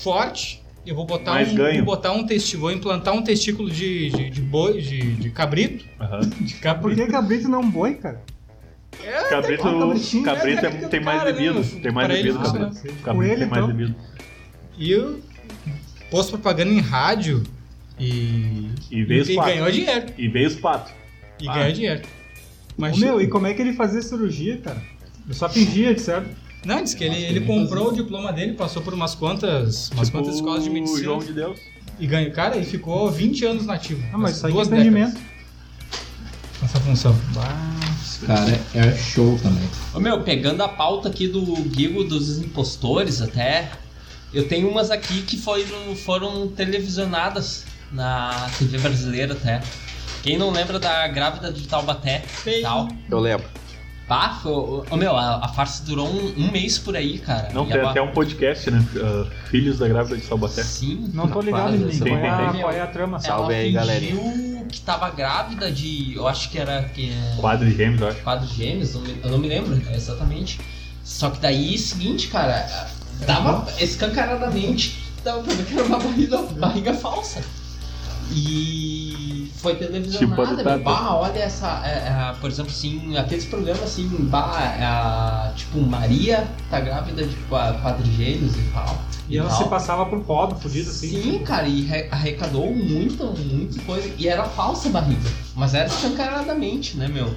forte. Eu vou botar
Mais
um.
ganho.
Vou botar um testículo. Vou implantar um testículo de, de, de boi, de, de cabrito.
Aham.
De cabrito.
Por que cabrito não é um boi, cara?
tá
Cabrito,
tem- cabritinho,
cabrito
né?
é- tem
Cara,
mais
né?
bebido. Tem mais
Pra ele né?
bebido,
funciona.
cabrito. Cabrito
Coelho,
tem mais
então.
bebido.
E eu pôs propaganda em rádio e.
E veio os
e
patos.
ganhou dinheiro.
E veio os patos.
E
Ah.
ganhou dinheiro. Mas,
Ô, meu, e como é que ele fazia cirurgia, cara? Eu só fingia, certo?
Não, disse que ele, ele comprou o diploma dele, passou por umas quantas,
Tipo,
umas quantas escolas de
Tipo O
medicina
João de Deus.
e ganhou. Cara, e ficou 20 anos nativo.
Ah, mas isso aí é
Duas
empreendimento.
décadas. Essa função.
Esse cara é show também.
Ô meu, pegando a pauta aqui do Guigo dos impostores até, eu tenho umas aqui que foi no- foram televisionadas na TV brasileira até. Quem não lembra da grávida de Taubaté e
Sim.
tal?
Eu lembro.
Bah, foi, ô, ô, meu, a, a farsa durou um, um mês por aí, cara.
Não,
E
tem
a-
até um podcast, né? Ah, Filhos da Grávida de Salbaté.
Sim.
Não tô ligado em
Rapaz,
mim.
essa
Qual
foi
é a-
bem-
qual é a trama?
Essa- Salve aí,
ela
galerinha.
fingiu que tava grávida de. Eu acho que era. Que,
Quadro de gêmeos, eu acho.
quadro gêmeos, não me- eu não me lembro exatamente. Só que daí, seguinte, cara, dava escancaradamente, dava pra ver que era uma barriga, barriga falsa. E foi
Tipo a
televisionada,
do
meu,
Tata.
bah, olha essa, é, é, por exemplo, assim, aqueles programas assim, bah, é, a, tipo, Maria tá grávida de qua- quadrigêmeos e tal.
E ela
tal.
se passava por pobre, fudido assim.
Sim, cara, e re- arrecadou muita, muita coisa, e era falsa a barriga, mas era escancaradamente, né, meu?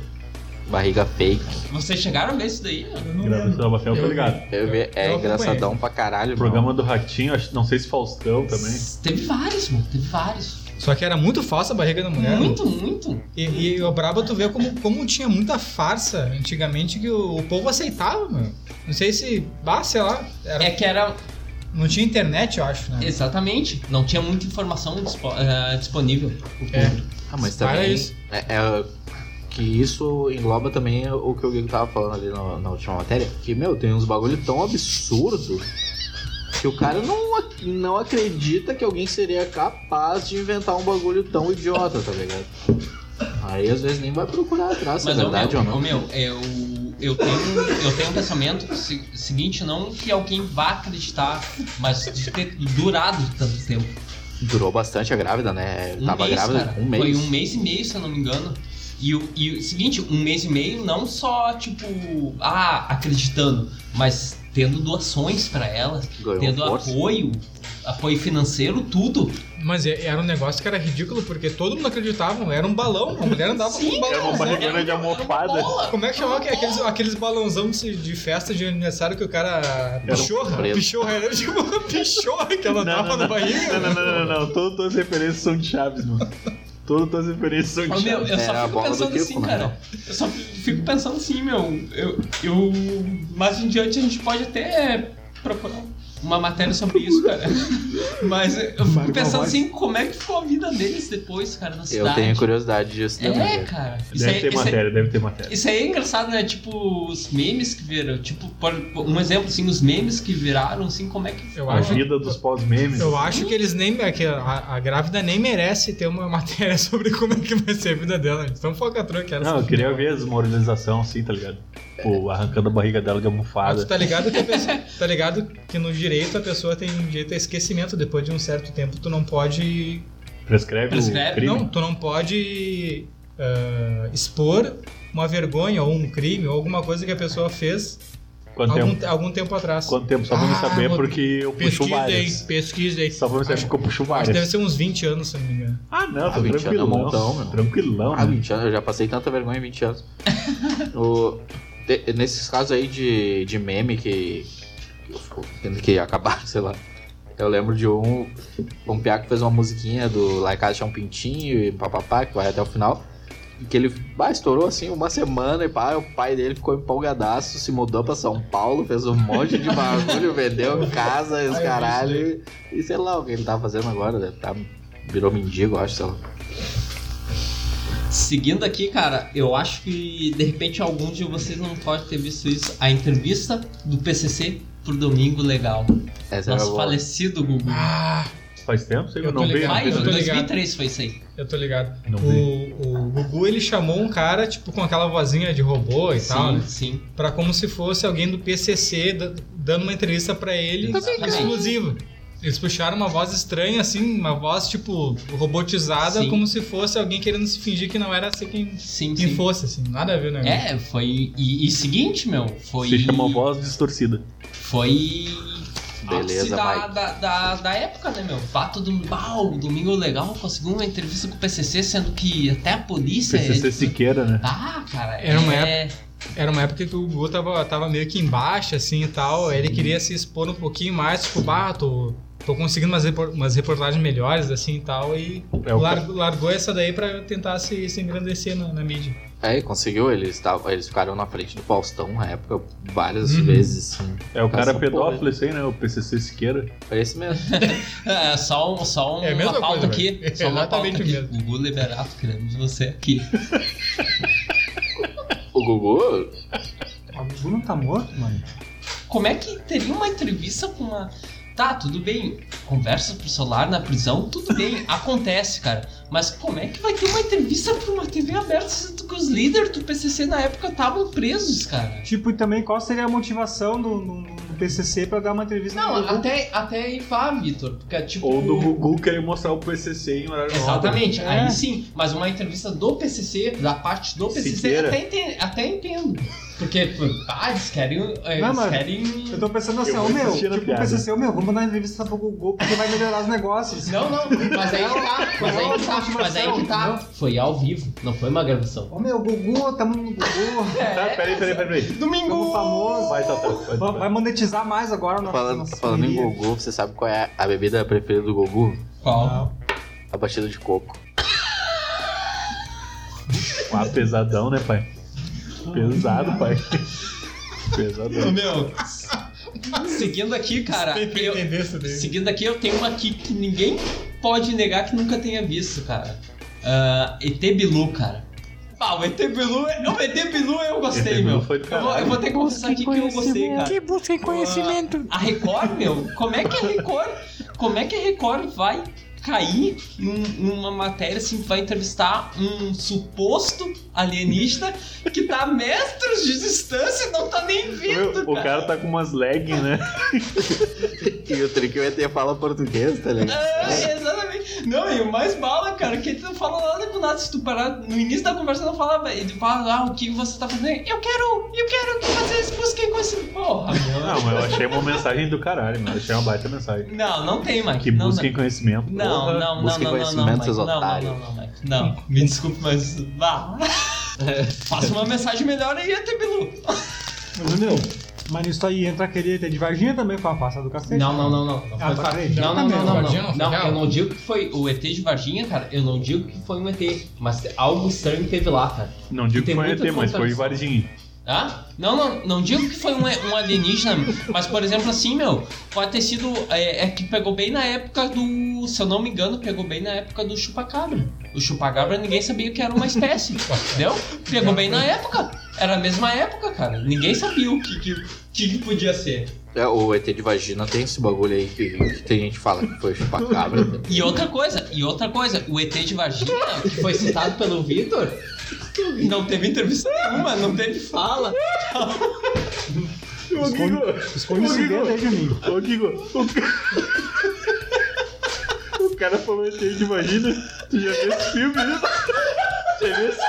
Barriga fake.
Vocês chegaram a ver isso daí?
Eu não
Grávida de
lembro.
Salbaté, eu tô
Eu-
ligado.
Eu vi- é
Eu acompanhei.
engraçadão pra caralho.
O programa do Ratinho, acho, não sei se Faustão também.
Teve vários, mano. Teve vários.
Só que era muito falsa a barriga da mulher.
Muito, muito.
E, e o Braba, tu vê como, como tinha muita farsa antigamente que o, o povo aceitava, meu. Não sei se. Bah, sei lá. era-
É que era.
não tinha internet, eu acho, né?
Exatamente. Não tinha muita informação dispo- eh, disponível.
É.
Ah, mas
Para
também.
isso.
É, é, que isso engloba também o que o Guigo tava falando ali na, na última matéria. Que, meu, tem uns bagulho tão absurdo que o cara não, ac- não acredita que alguém seria capaz de inventar um bagulho tão idiota, tá ligado? Aí às vezes nem vai procurar atrás se é
Mas o
verdade
meu,
ou não.
ô, meu, eu, eu tenho. Eu tenho um pensamento se- seguinte, não que alguém vá acreditar, mas de ter durado tanto tempo.
Durou bastante a grávida, né?
Um
Tava
mês,
grávida
cara.
um mês.
Foi um mês e meio, se eu não me engano. E o e o seguinte, um mês e meio não só, tipo, ah, acreditando, mas tendo doações pra ela,
Ganhou
tendo
força.
apoio, apoio financeiro, tudo.
Mas é- era um negócio que era ridículo, porque todo mundo acreditava, era um balão, a mulher andava com um balão.
Era É uma barrigona de almofada.
Como é que chamava que- aqueles, aqueles balãozão de, de festa de aniversário que o cara.
Era um
Pichorra?
preto.
Pichorra, era tipo uma pichorra que ela dava na barriga.
Não, não, não, não, não. Todas as referências são de Chaves, mano. Todas as referências são
Ô,
de
meu,
Chaves.
eu
Era É, a
só fico
bola do
pensando
Kiko,
assim,
né?
cara. Eu só fico pensando assim, meu. Eu, eu. Mais em diante a gente pode até procurar uma matéria sobre isso, cara. Mas eu fico pensando assim, como é que ficou a vida deles depois, cara, na cidade.
Eu tenho curiosidade disso também.
É, cara. Isso
Deve
aí-
ter
isso aí-
matéria, deve ter matéria.
Isso aí é engraçado, né? Tipo, os memes que viram. Tipo, por- um exemplo, assim, os memes que viraram, assim, como é que.
Eu
A
acho,
vida dos pós-memes.
eu acho que eles nem. é que a, a grávida nem merece ter uma matéria sobre como é que vai ser a vida dela. Então focatrua que era
Não,
essa
eu queria
vida.
ver a desmoralização assim, tá ligado? Pô, arrancando a barriga dela de
Ah, tu
almofada.
tá ligado que a pessoa- tá ligado que no direito a pessoa tem direito a esquecimento. Depois de um certo tempo, tu não pode
Prescreve, o
Prescreve,
crime.
Não, tu não pode ah, expor uma vergonha ou um crime ou alguma coisa que a pessoa fez
Quanto
algum,
tempo?
algum tempo atrás.
Quanto tempo? Só pra me
Ah,
saber,
vou-
porque eu puxo
Pesquisem,
várias.
pesquisem.
Só pra é me saber,
Acho-
porque eu puxo
Acho que deve
várias.
ser uns 20 anos, se eu não me engano.
Ah, não,
Ah,
tô
20 anos é
tranquilão.
um montão, meu.
tranquilão,
Ah,
né?
20 anos, eu já passei tanta vergonha em 20 anos. O- te- nesses casos aí de, de meme que. tendo que acabar, sei lá. Eu lembro de um. Um piá que fez uma musiquinha do Like Achar um Pintinho e papapá, que vai até o final. E que ele bah, estourou assim uma semana e pá, o pai dele ficou empolgadaço, se mudou pra São Paulo, fez um monte de bagulho, vendeu casa, os
vi
caralho. E sei lá o que ele tá fazendo agora, deve tá, virou mendigo, eu acho, sei lá.
Seguindo aqui, cara, eu acho que de repente algum de vocês não pode ter visto isso. A entrevista do PCC pro Domingo Legal.
Essa era
é
Nosso
boa.
falecido Gugu.
Ah,
Faz tempo, sei
Eu
eu
tô
não vejo.
ligado.
não
Vai,
vejo.
tô ligado.
2003 foi isso aí.
Eu tô ligado.
Não
O, o Gugu ele chamou um cara, tipo, com aquela vozinha de robô e tal,
Sim,
né?
sim.
Pra como se fosse alguém do PCC da- dando uma entrevista pra ele
Então,
Exatamente.
exclusiva. Eles puxaram uma voz estranha, assim, uma voz, tipo, robotizada,
Sim.
como se fosse alguém querendo se fingir que não era assim quem,
Sim,
quem
sim.
fosse, assim. Nada a ver, né?
É, foi. E, e seguinte, meu, foi.
Se chama voz distorcida.
Foi.
Beleza,
ápice da,
Mike.
da, da, da época, né, meu? Bato do Bau, domingo legal, conseguiu uma entrevista com o PCC, sendo que até a polícia. é
PCC Siqueira, né?
Ah, cara,
Era uma
é...
Era uma época que o Gugu tava, tava meio que embaixo, assim e tal. Ele queria se expor um pouquinho mais, tipo, bah, tô, tô conseguindo umas, repor- umas reportagens melhores, assim e tal. E
É o
lar- largou essa daí pra tentar se, se engrandecer na, na mídia.
É, conseguiu, eles, estavam, eles ficaram na frente do Faustão na época várias
Uhum.
vezes, assim.
É o cara
Essa
pedófilo esse aí, né? O PCC Siqueira.
Foi esse mesmo.
É, só, um, só um-
É a mesma
uma pauta
coisa,
aqui.
velho.
Só uma pauta
Exatamente
aqui.
mesmo.
Gugu Liberato, queremos você aqui.
O Gugu,
O Gugu não tá morto, mano.
Como é que teria uma entrevista com uma. Tá, tudo bem. Conversa pro celular na prisão, tudo bem. Acontece, cara. Mas como é que vai ter uma entrevista pra uma TV aberta sendo que os líderes do PCC na época estavam presos, cara?
Tipo, e também qual seria a motivação do, do- do PCC pra dar uma entrevista
Não,
pro Gugu?
até, até aí vá, Vitor. Porque, tipo.
Ou do Gugu querer mostrar o PCC em horário nobre.
Exatamente,
É.
aí sim, mas uma entrevista do PCC, da parte do PCC,
Siqueira.
até entendo, até entendo. Porque, pô, ah, eles querem. eh,
Não,
Eles
mano,
querem
Eu tô pensando assim,
Eu
ó,
vou
meu,
assistir a
tipo, o
piada.
PCC, ô, meu, vamos mandar entrevista pro Gugu porque vai melhorar os negócios.
Não, não, mas aí que tá, mas aí que tá, mas aí que tá. Foi ao vivo, não foi uma gravação.
Ô, meu, Gugu, tamo no Gugu.
Tá, peraí, peraí, peraí.
Tamo famoso.
Vai, tá, tá,
Va- Vai monetizar mais agora
tá
nossa-
falando,
nossa
tá falando em
correria.
Gugu, você sabe qual é a bebida preferida do Gugu?
Qual?
A batida de coco.
Ah, pesadão, né, pai? Pesado, pai. Pesadão.
Meu, seguindo aqui, cara, eu, seguindo aqui eu tenho uma aqui que ninguém pode negar que nunca tenha visto, cara. Ah, ET Bilu, cara. Ah, o ET Bilu, é- o ET Bilu eu gostei,
ET Bilu
meu.
foi do
eu, vou, eu vou ter que confessar aqui que eu gostei, cara. Que busca conhecimento. A Record, meu, como é que a Record, como é que a Record vai cair num- numa matéria assim, vai entrevistar um suposto alienígena que tá a metros de distância e não tá nem vindo,
Meu, o
cara.
cara tá com umas leggings, né?
E o Trick vai ter fala português, tá ligado?
É, exatamente. Não, e o mais bala, cara, que ele não fala nada com nada. Se tu parar no início da conversa, não fala. Ele fala, ah, o que você tá fazendo? Eu quero, eu quero que vocês busquem com esse. Porra, meu.
Não, mas eu achei uma mensagem do caralho, mano. Eu achei uma baita mensagem.
Não, não tem, Mike.
Que
não,
busquem conhecimento.
Não,
Porra.
não, não, não,
busquem
não, não, não,
conhecimento,
Mike.
seus
não, não,
otários.
não, não, Mike. Não, me desculpe, mas. Vá. Faça uma mensagem melhor aí, até Bilu.
Mas, meu, mas nisso aí entra aquele ET de Varginha também, com a pasta do cacete.
Não, não, não, não. Não,
Ah,
foi
tá.
fácil.
Ele
não, não,
também,
não, não,
Varginha
não.
não foi
Não,
real?
eu não digo que foi o ET de Varginha, cara. Eu não digo que foi um ET, mas algo estranho teve lá, cara.
Não digo
Tem
que foi
muita
ET, mas foi
contradição.
Varginha.
Tá? Não, não, não digo que foi um, um alienígena, mas por exemplo assim, meu, pode ter sido. É, é que pegou bem na época do. Se eu não me engano, pegou bem na época do chupacabra. O chupacabra ninguém sabia que era uma espécie, entendeu? Pegou bem na época. Era a mesma época, cara. Ninguém sabia o que, que, que que podia ser.
É, o ET de vagina tem esse bagulho aí que, que tem gente que fala que foi chupacabra.
E outra coisa, e outra coisa, o ET de Varginha, que foi citado pelo Vitor, não teve entrevista nenhuma, não teve fala.
Esconde, esconde esse dedo aí de mim.
Ô, Guigo, o cara... o cara falou ET de vagina. Tu já viu esse filme, né? Já viu esse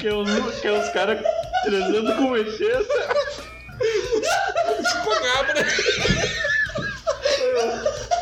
Que é, os- que é os caras transando com um ET, sabe?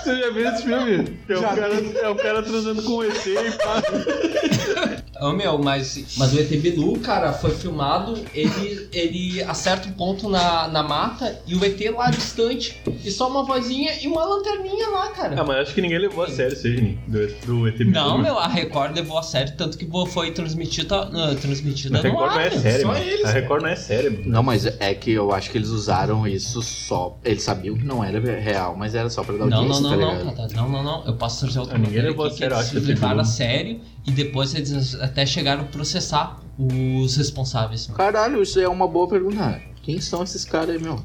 Tu já viu esse filme? É o,
Já
cara, é o cara transando com ET e pá.
Ô meu, mas, mas o ET Bilu, cara, foi filmado, ele, ele acerta um ponto na, na mata e o ET lá distante, e só uma vozinha e uma lanterninha lá,
Ah,
cara.
mas acho que ninguém levou a sério isso aí, Juninho, do, do ET Bilu,
Não,
né?
meu, a Record levou a sério, tanto que bo- foi transmitida, ah, transmitida
A
no
Record
ar,
não é
meu.
séria,
Só
mano.
eles,
A Record não é séria, mano.
Não, mas é que eu acho que eles usaram isso só. Eles sabiam que não era real, mas era só pra dar
Não,
audiência,
não, não,
tá
não,
ligado?
Tata, não, não, não. Eu posso trazer outra
Ah, ninguém
matéria
levou
aqui
a
que
sério,
eles
acho que
levaram a
pegou.
sério e depois eles até chegaram a processar os responsáveis.
Caralho, isso é uma boa pergunta. Quem são esses caras aí, meu?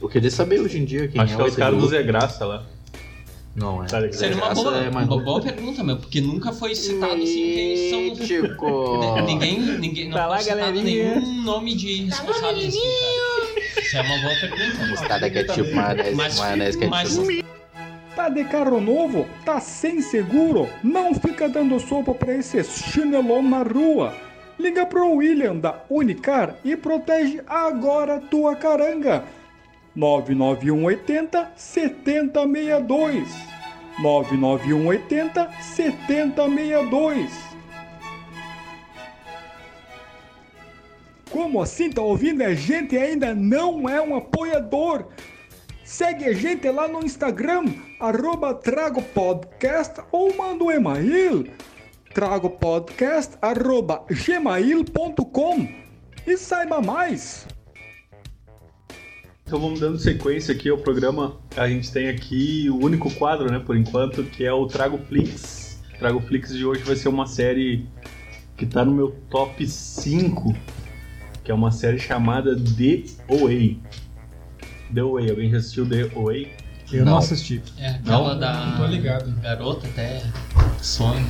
Eu queria saber hoje em dia quem
Acho
é
que é
o
os
ET
caras
Bilu.
do Zé Graça lá.
Não é.
Tá ligado?
Seria uma
Essa
boa,
é mais
uma
boa.
boa pergunta, meu, porque nunca foi citado assim quem são os Né,
Mítico.
Ninguém, ninguém não
Tá lá,
foi citado
galerinha.
nenhum nome de responsável. assim, cara. Isso é uma boa pergunta. mano.
Mostarda ketchup, é tipo maionese,
Mas-
maionese ketchup.
mas-
Tá de carro novo? Tá sem seguro? Não fica dando sopa pra esse chinelão na rua. Liga pro William da Unicar e protege agora tua caranga. 99180 7062. 99180 7062. Como assim tá ouvindo? A gente ainda não é um apoiador. Segue a gente lá no Instagram, arroba Trago Podcast ou manda um e-mail, tragopodcast arroba gmail.com e saiba mais.
Então vamos dando sequência aqui ao programa. A gente tem aqui o único quadro, né, por enquanto, que é o Trago Flix. Trago Flix de hoje vai ser uma série que tá no meu top 5, que é uma série chamada The Away. The Away, alguém já assistiu The Away?
Eu não,
Não.
assisti.
É aquela da
Tô ligado.
garota até sonho.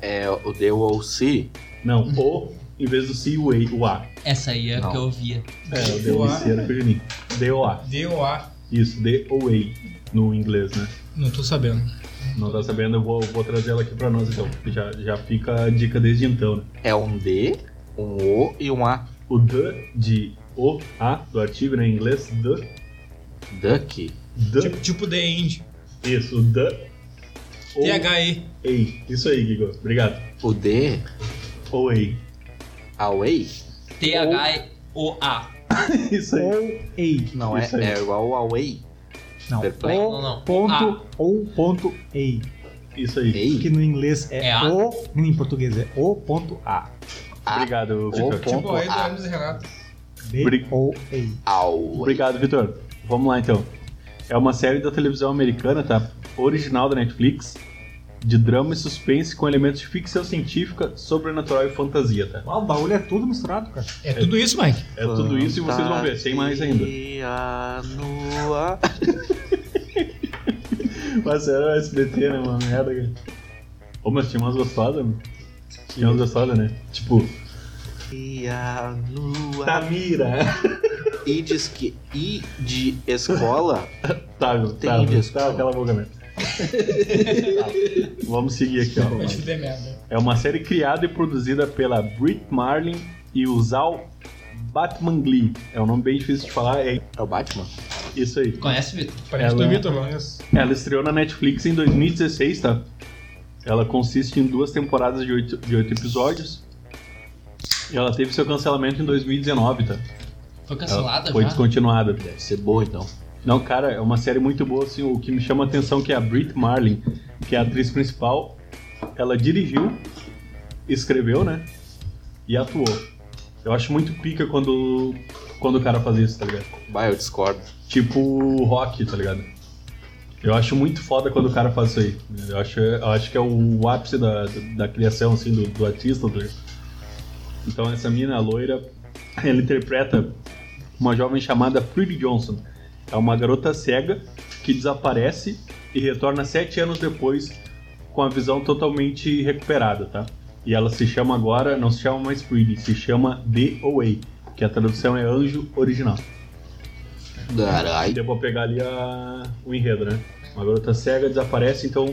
É o The OC.
Não, O em vez do C, o Way, o A.
Essa aí é a
Não.
que eu via.
É, o The Away era com o Juninho. The O-A.
DOA.
Isso, The Away no inglês, né?
Não tô sabendo.
Não tá sabendo, eu vou, vou trazer ela aqui pra nós então. Já, já fica a dica desde então, né?
É um D, um O e um A.
O the de o, a, do artigo, né, em inglês, the,
Duck.
the,
Tipo, tipo The End.
isso, the, o,
THE.
a, isso aí, Gigo, obrigado,
O D,
o, a,
Away.
T-H-O-A.
isso aí,
Ou ei.
Não é,
Isso aí.
é igual ao Away.
Não.
Perplexo.
O
Não, não.
ponto
Ah.
ou ponto ei.
isso aí,
Que
Ei,
no inglês é,
É a.
o. Em português é o ponto a.
A,
obrigado,
O
Vitor,
ponto
Tipo, aí do
A.
Hermes e Renato.
B
Bri-
ou ei.
Away.
obrigado, Vitor, vamos lá então, é uma série da televisão americana, tá, original da Netflix, de drama e suspense com elementos de ficção científica, sobrenatural e fantasia, tá,
Uau, o baú é tudo misturado, cara.
É tudo isso, Mike.
é tudo isso e vocês vão ver, tem mais ainda.
Fantasia no ar.
Mas era o SBT, né? Uma merda, cara. Ô, mas tinha umas gostosas, mano. Tinha umas gostosas, né? Tipo,
Ia nua.
Tamira.
E diz que I de escola.
Tá, meu,
Tem
tá, meu,
disso,
tá,
cara.
cala a boca mesmo. Tá, Vamos seguir aqui,
Pode
ó.
fuder merda.
É uma série criada e produzida pela Brit Marlin e o Zal Batman Glee. É um nome bem difícil de falar, é
É o Batman?
isso aí.
Conhece, Vitor?
Parece
Ela-
do
É,
Vitor, mano.
Ela estreou na Netflix em 2016, tá? Ela consiste em duas temporadas de oito, de oito episódios. E ela teve seu cancelamento em 2019, tá?
Foi
Ela
cancelada
foi
já?
descontinuada.
Deve ser boa então.
Não, cara, é uma série muito boa, assim, o que me chama a atenção é que a Brit Marlin, que é a atriz principal, ela dirigiu, escreveu, né? E atuou. Eu acho muito pica quando, quando o cara faz isso, tá ligado?
Vai, eu discordo.
Tipo rock, tá ligado? Eu acho muito foda quando o cara faz isso aí. Eu acho, eu acho que é o ápice da, da criação, assim, do, do artista. tá ligado? Então essa mina, a loira, ela interpreta uma jovem chamada Pretty Johnson. É uma garota cega que desaparece e retorna sete anos depois com a visão totalmente recuperada, tá? E ela se chama agora, não se chama mais Pretty, se chama DOA, que a tradução é Anjo Original.
Carai.
Deu pra pegar ali a- o enredo, né? Uma garota cega desaparece, então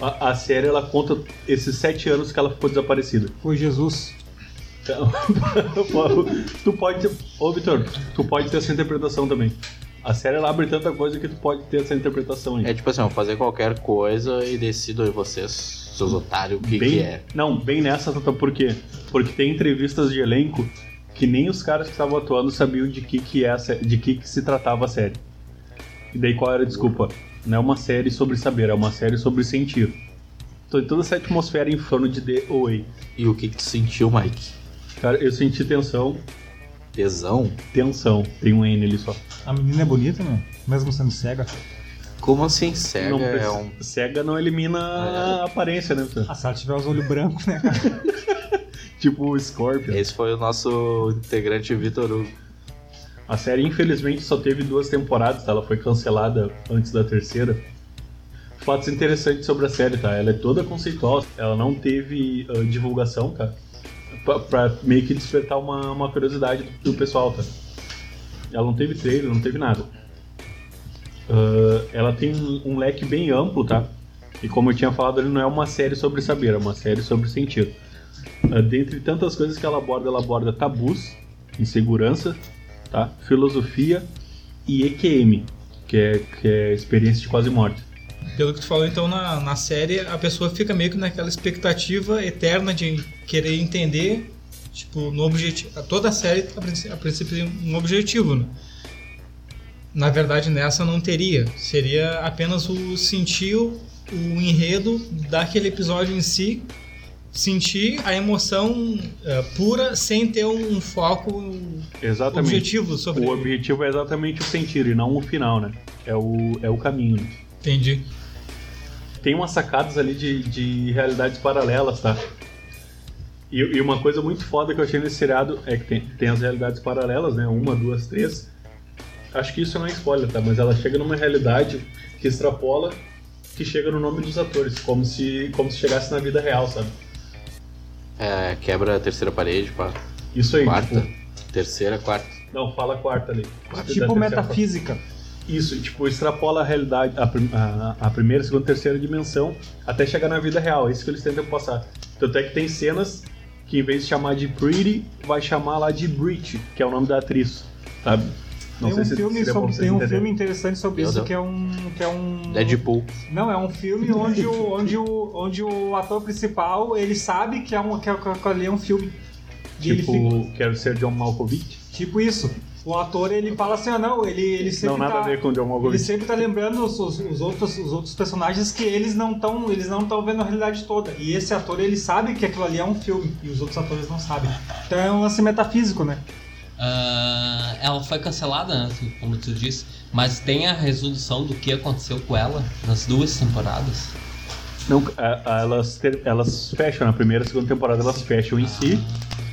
a, a série ela conta esses sete anos que ela ficou desaparecida.
Foi Jesus.
Então, tu pode ter. Ô Vitor, tu pode ter essa interpretação também. A série ela abre tanta coisa que tu pode ter essa interpretação aí.
É tipo assim, eu vou fazer qualquer coisa e decido aí vocês, seus otários, o que,
bem,
que é.
Não, bem nessa, Tata, por quê? Porque tem entrevistas de elenco que nem os caras que estavam atuando sabiam de que, que, é a sé- de que, que se tratava a série. E daí qual era a desculpa? Não é uma série sobre saber, é uma série sobre sentir. Então tem toda essa atmosfera em torno de The Away.
E o que, que tu sentiu, Mike?
Cara, eu senti tensão,
Tesão?
tensão. Tem um N ali só.
A menina é bonita, né? Mesmo sendo cega.
Como assim, cega?
não
é
precisa-
um.
Cega não elimina a aparência, né? Vitor?
Ah, se ela tiver os olhos brancos, né, cara?
Tipo o Scorpion.
Esse foi o nosso integrante Vitor Hugo.
A série, infelizmente, só teve duas temporadas, tá? Ela foi cancelada antes da terceira. fatos interessantes sobre a série, tá? Ela é toda conceitual, ela não teve ah, divulgação, tá? Pra, pra meio que despertar uma, uma curiosidade do, do pessoal, tá? Ela não teve trailer, não teve nada. Ah, ela tem um- um leque bem amplo, tá? E como eu tinha falado, ele não é uma série sobre saber, é uma série sobre sentido. Ah, dentre tantas coisas que ela aborda, ela aborda tabus, insegurança, tá? filosofia e EQM, que é, que é experiência de quase morte.
Pelo que tu falou, então, na, na série, a pessoa fica meio que naquela expectativa eterna de querer entender, tipo, no objetivo. Toda a série, a princ- a princípio, tem um objetivo, né? Na verdade, nessa não teria. Seria apenas o sentir o o enredo daquele episódio em si, sentir a emoção eh, pura sem ter um foco
Exatamente.
objetivo sobre
O objetivo é exatamente o sentido e não o final, né? É o, é o caminho. né?
Entendi.
Tem umas sacadas ali de, de realidades paralelas, tá? E, e uma coisa muito foda que eu achei nesse seriado é que tem, tem as realidades paralelas, né? Uma, duas, três. Acho que isso não é spoiler, tá? Mas ela chega numa realidade que extrapola, que chega no nome dos atores, como se, como se chegasse na vida real, sabe?
É, quebra a terceira parede, pá.
Isso aí,
quarta.
tipo.
Terceira, quarta.
Não, fala a quarta ali.
Tipo
Da terceira parte.
metafísica.
Isso, tipo, extrapola a realidade, a, prim- a- a primeira, segunda, terceira dimensão, até chegar na vida real. É isso que eles tentam passar. Tanto é que tem cenas que, em vez de chamar de Pretty, vai chamar lá de Brit, que é o nome da atriz, sabe? Não
Tem um,
se
filme,
seria bom
sobre,
vocês
tem um
entenderem.
filme interessante sobre
Meu
isso
Deus.
que é um. Que é um
Deadpool.
Não, é um filme onde o, onde o, onde o ator principal ele sabe que, é um, que, é- que ali é um filme. E ele fica-
Tipo, quero ser John Malkovich.
Tipo isso. O ator ele fala assim, ah não, ele, ele
Não,
sempre
nada a
tá.
ver com John
Ele
Malkovich.
sempre tá lembrando os, os- os outros, os outros personagens que eles não estão eles não estão vendo a realidade toda. E esse ator ele sabe que aquilo ali é um filme e os outros atores não sabem. Então é um lance metafísico, né?
Ah, ela foi cancelada, né, assim, como tu disse, mas tem a resolução do que aconteceu com ela nas duas temporadas.
Não, a- a- elas, ter- elas fecham, na primeira, segunda temporada elas fecham em si,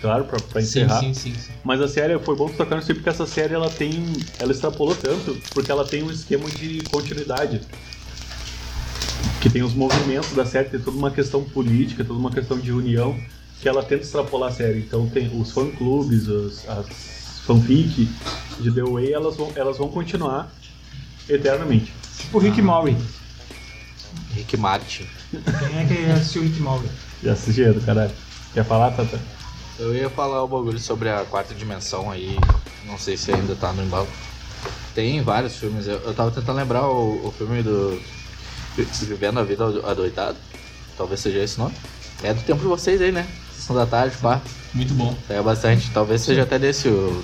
claro, pra, pra
Sim,
encerrar.
sim, sim, sim.
Mas a série foi bom tu tocar nisso aí, porque essa série ela tem. Ela extrapolou tanto, porque ela tem um esquema de continuidade. Que tem os movimentos da série, tem toda uma questão política, toda uma questão de união, que ela tenta extrapolar a série. Então tem os fã clubes, as, as fanfic de The Way, elas vão, elas vão continuar eternamente.
Tipo Rick Maury.
Rick Martin.
Quem é que assistiu Rick Maury?
Já assistiram, caralho. Quer falar, Tata?
Eu ia falar o bagulho sobre a quarta dimensão aí, não sei se ainda tá no embalo. Tem vários filmes, eu, eu tava tentando lembrar o, o filme do Se Vivendo a Vida Ado- Adoitado, talvez seja esse nome. É do tempo de vocês aí, né? Sessão da tarde, pá,
Muito bom.
é bastante. Talvez seja até desse o,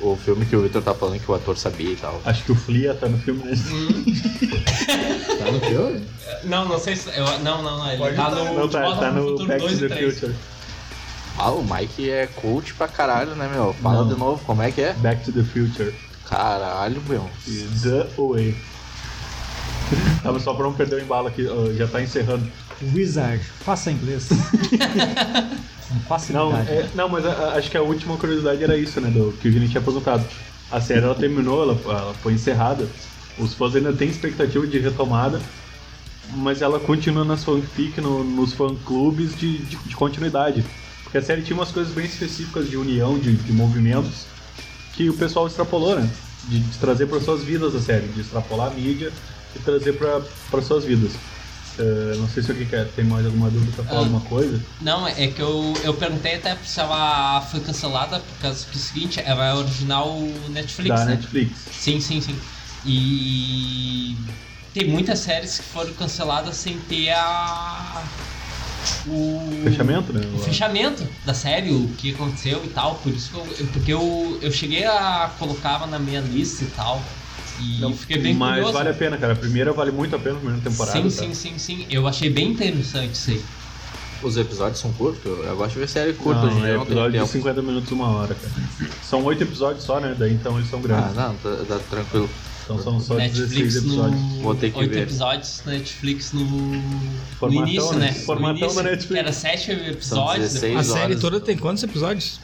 o filme que o Victor tá falando que o ator sabia e tal.
Acho que o Flia tá no filme, né?
Tá no filme?
Não, não sei se. eu- não, não, não. Ele tá no.
Não,
De
tá,
Volta
tá
pro
no
Futuro
Back
2
to
e
the
3.
Future.
Ah, o Mike é cult pra caralho, né, meu? Fala
Não.
de novo, como é que é?
Back to the Future.
Caralho, meu.
The Way. Tava só pra não perder o embalo aqui, ó, já tá encerrando.
Wizard, faça inglês. faça
Não, é- não mas a- a- acho que a última curiosidade era isso, né, do que o Vini tinha perguntado. A série ela terminou, ela, ela foi encerrada. Os fãs ainda têm expectativa de retomada, mas ela continua nas fanfic, no, nos fã-clubes de, de, de continuidade. Porque a série tinha umas coisas bem específicas de união, de, de movimentos, que o pessoal extrapolou, né? De, de trazer para suas vidas a série, de extrapolar a mídia e trazer para suas vidas. Eh, não sei se alguém quer, tem mais alguma dúvida pra falar
Ah.
alguma coisa.
Não, é que eu, eu perguntei até se ela foi cancelada por causa que o seguinte, ela é original Netflix,
da
né?
Netflix.
Sim, sim, sim. E tem muitas séries que foram canceladas sem ter a. O.
Fechamento, né?
O fechamento da série, o que aconteceu e tal, por isso que eu, eu- porque eu, eu cheguei a colocava na minha lista e tal. E fiquei bem
Mas
curioso.
vale a pena, cara. A primeira vale muito a pena, a primeira temporada.
sim,
tá?
sim, sim, sim. Eu achei bem interessante isso aí.
Os episódios são curtos? Eu gosto de ver série curta,
Não,
hoje
né?
em dia
é
não tem
episódio de
tempo.
50 minutos, uma hora, cara. São oito episódios só, né? Daí então eles são
Ah,
grandes.
não, tá, tá tranquilo.
então são só 16
Netflix no.
episódios.
Vou ter que
oito
ver.
episódios Netflix no.
Formatão,
no início,
né?
né?
Formatão
no início,
da Netflix.
Era sete episódios.
16.
depois-
A
Seis
série
horas,
toda
então.
tem quantos episódios?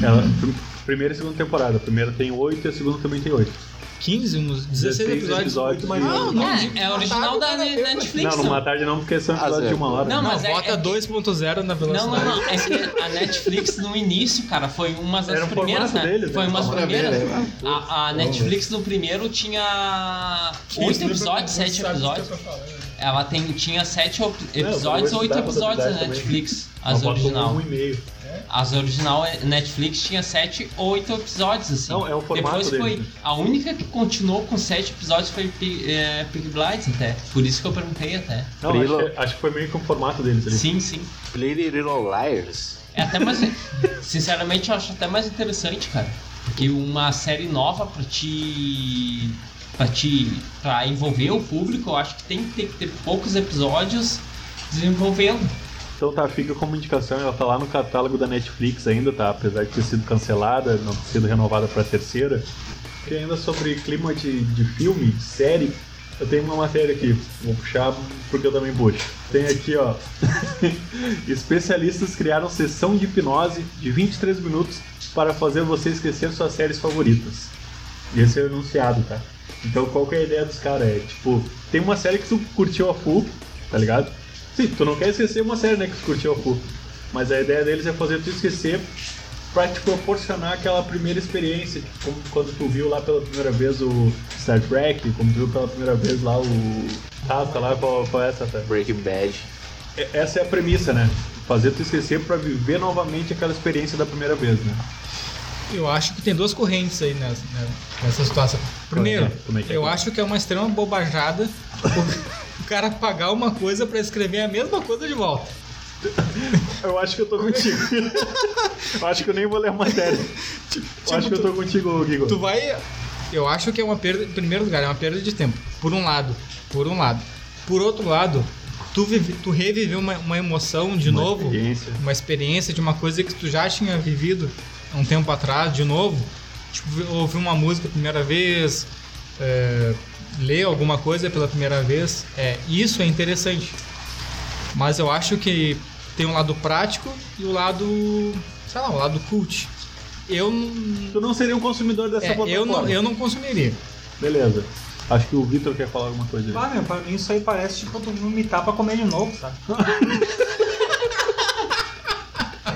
Ela- pr- primeira e segunda temporada. A primeira tem oito e a segunda também tem oito.
15, uns 16,
16
episódios.
episódios.
Não, não,
É,
de-
é original da Ne- Netflix. né?
Não, numa tarde não, porque são episódios
Ah,
de uma hora.
Não,
Não,
mas é-
bota
é que-
2.0 na
Não,
velocidade.
não, não. É que a Netflix no início, cara, foi umas das
Era o
primeiras, né?
formato deles, né?
Foi umas
Formato
primeiras.
deles, né?
A, a Netflix no primeiro tinha oito episódios, sete episódios. Ela tem, tinha sete op- episódios,
vou
oito
dar
episódios na
oportunidade também.
Netflix.
Ela
As
botou
Ah, original.
Um e meio.
As original é- Netflix tinha 7 ou 8 episódios, assim.
Não, é o formato
Depois foi.
deles.
A única que continuou com 7 episódios foi Pig é, Peaky Blinders até. Por isso que eu perguntei até.
Não,
Frilo.
acho, que- acho que foi meio que o formato deles ali.
Sim, sim.
Pretty Little Liars.
É até mais. sinceramente, eu acho até mais interessante, cara. Porque uma série nova pra te. pra te. pra envolver o público, eu acho que tem que ter, que ter poucos episódios desenvolvendo.
Então tá, fica como indicação, ela tá lá no catálogo da Netflix ainda, tá? Apesar de ter sido cancelada, não ter sido renovada pra terceira. E ainda sobre clima de, de filme, de série, eu tenho uma matéria aqui. Vou puxar porque eu também puxo. Tem aqui, ó. Especialistas criaram sessão de hipnose de 23 minutos para fazer você esquecer suas séries favoritas. Esse é o enunciado, tá? Então qual que é a ideia dos caras? É tipo, tem uma série que tu curtiu a full, tá ligado? Sim, tu não quer esquecer uma série, né, que tu curtiu a full. Mas a ideia deles é fazer tu esquecer pra te proporcionar aquela primeira experiência, tipo, como quando tu viu lá pela primeira vez o Star Trek, como tu viu pela primeira vez lá o. Tata lá, qual, qual é essa, tá?
Breaking Bad.
É- Essa é a premissa, né? Fazer tu esquecer pra viver novamente aquela experiência da primeira vez, né?
Eu acho que tem duas correntes aí nessa, né, nessa situação. Primeiro,
Como é que é? Como é que é?
eu acho que é uma extrema bobajada o, o cara pagar uma coisa pra escrever a mesma coisa de volta.
Eu acho que eu tô contigo. eu acho que eu nem vou ler a matéria. eu acho que eu tô contigo, Gigo.
Tu vai. Eu acho que é uma perda. Em primeiro lugar, é uma perda de tempo. Por um lado. Por um lado. Por outro lado, tu, vive, tu reviveu uma, uma emoção de novo.
experiência.
Uma experiência de uma coisa que tu já tinha vivido há um tempo atrás, de novo. Tipo, vi- ouvir uma música a primeira vez. é, ler alguma coisa pela primeira vez. É, isso é interessante. Mas eu acho que tem um lado prático e o lado. sei lá, o lado cult. Eu não-
Tu não seria um consumidor dessa
é, eu,
plataforma.
não, eu não consumiria.
Beleza. Acho que o Vitor quer falar alguma coisa.
Ah, meu, pra mim isso aí parece tipo tu vomitar pra comer de novo, sabe?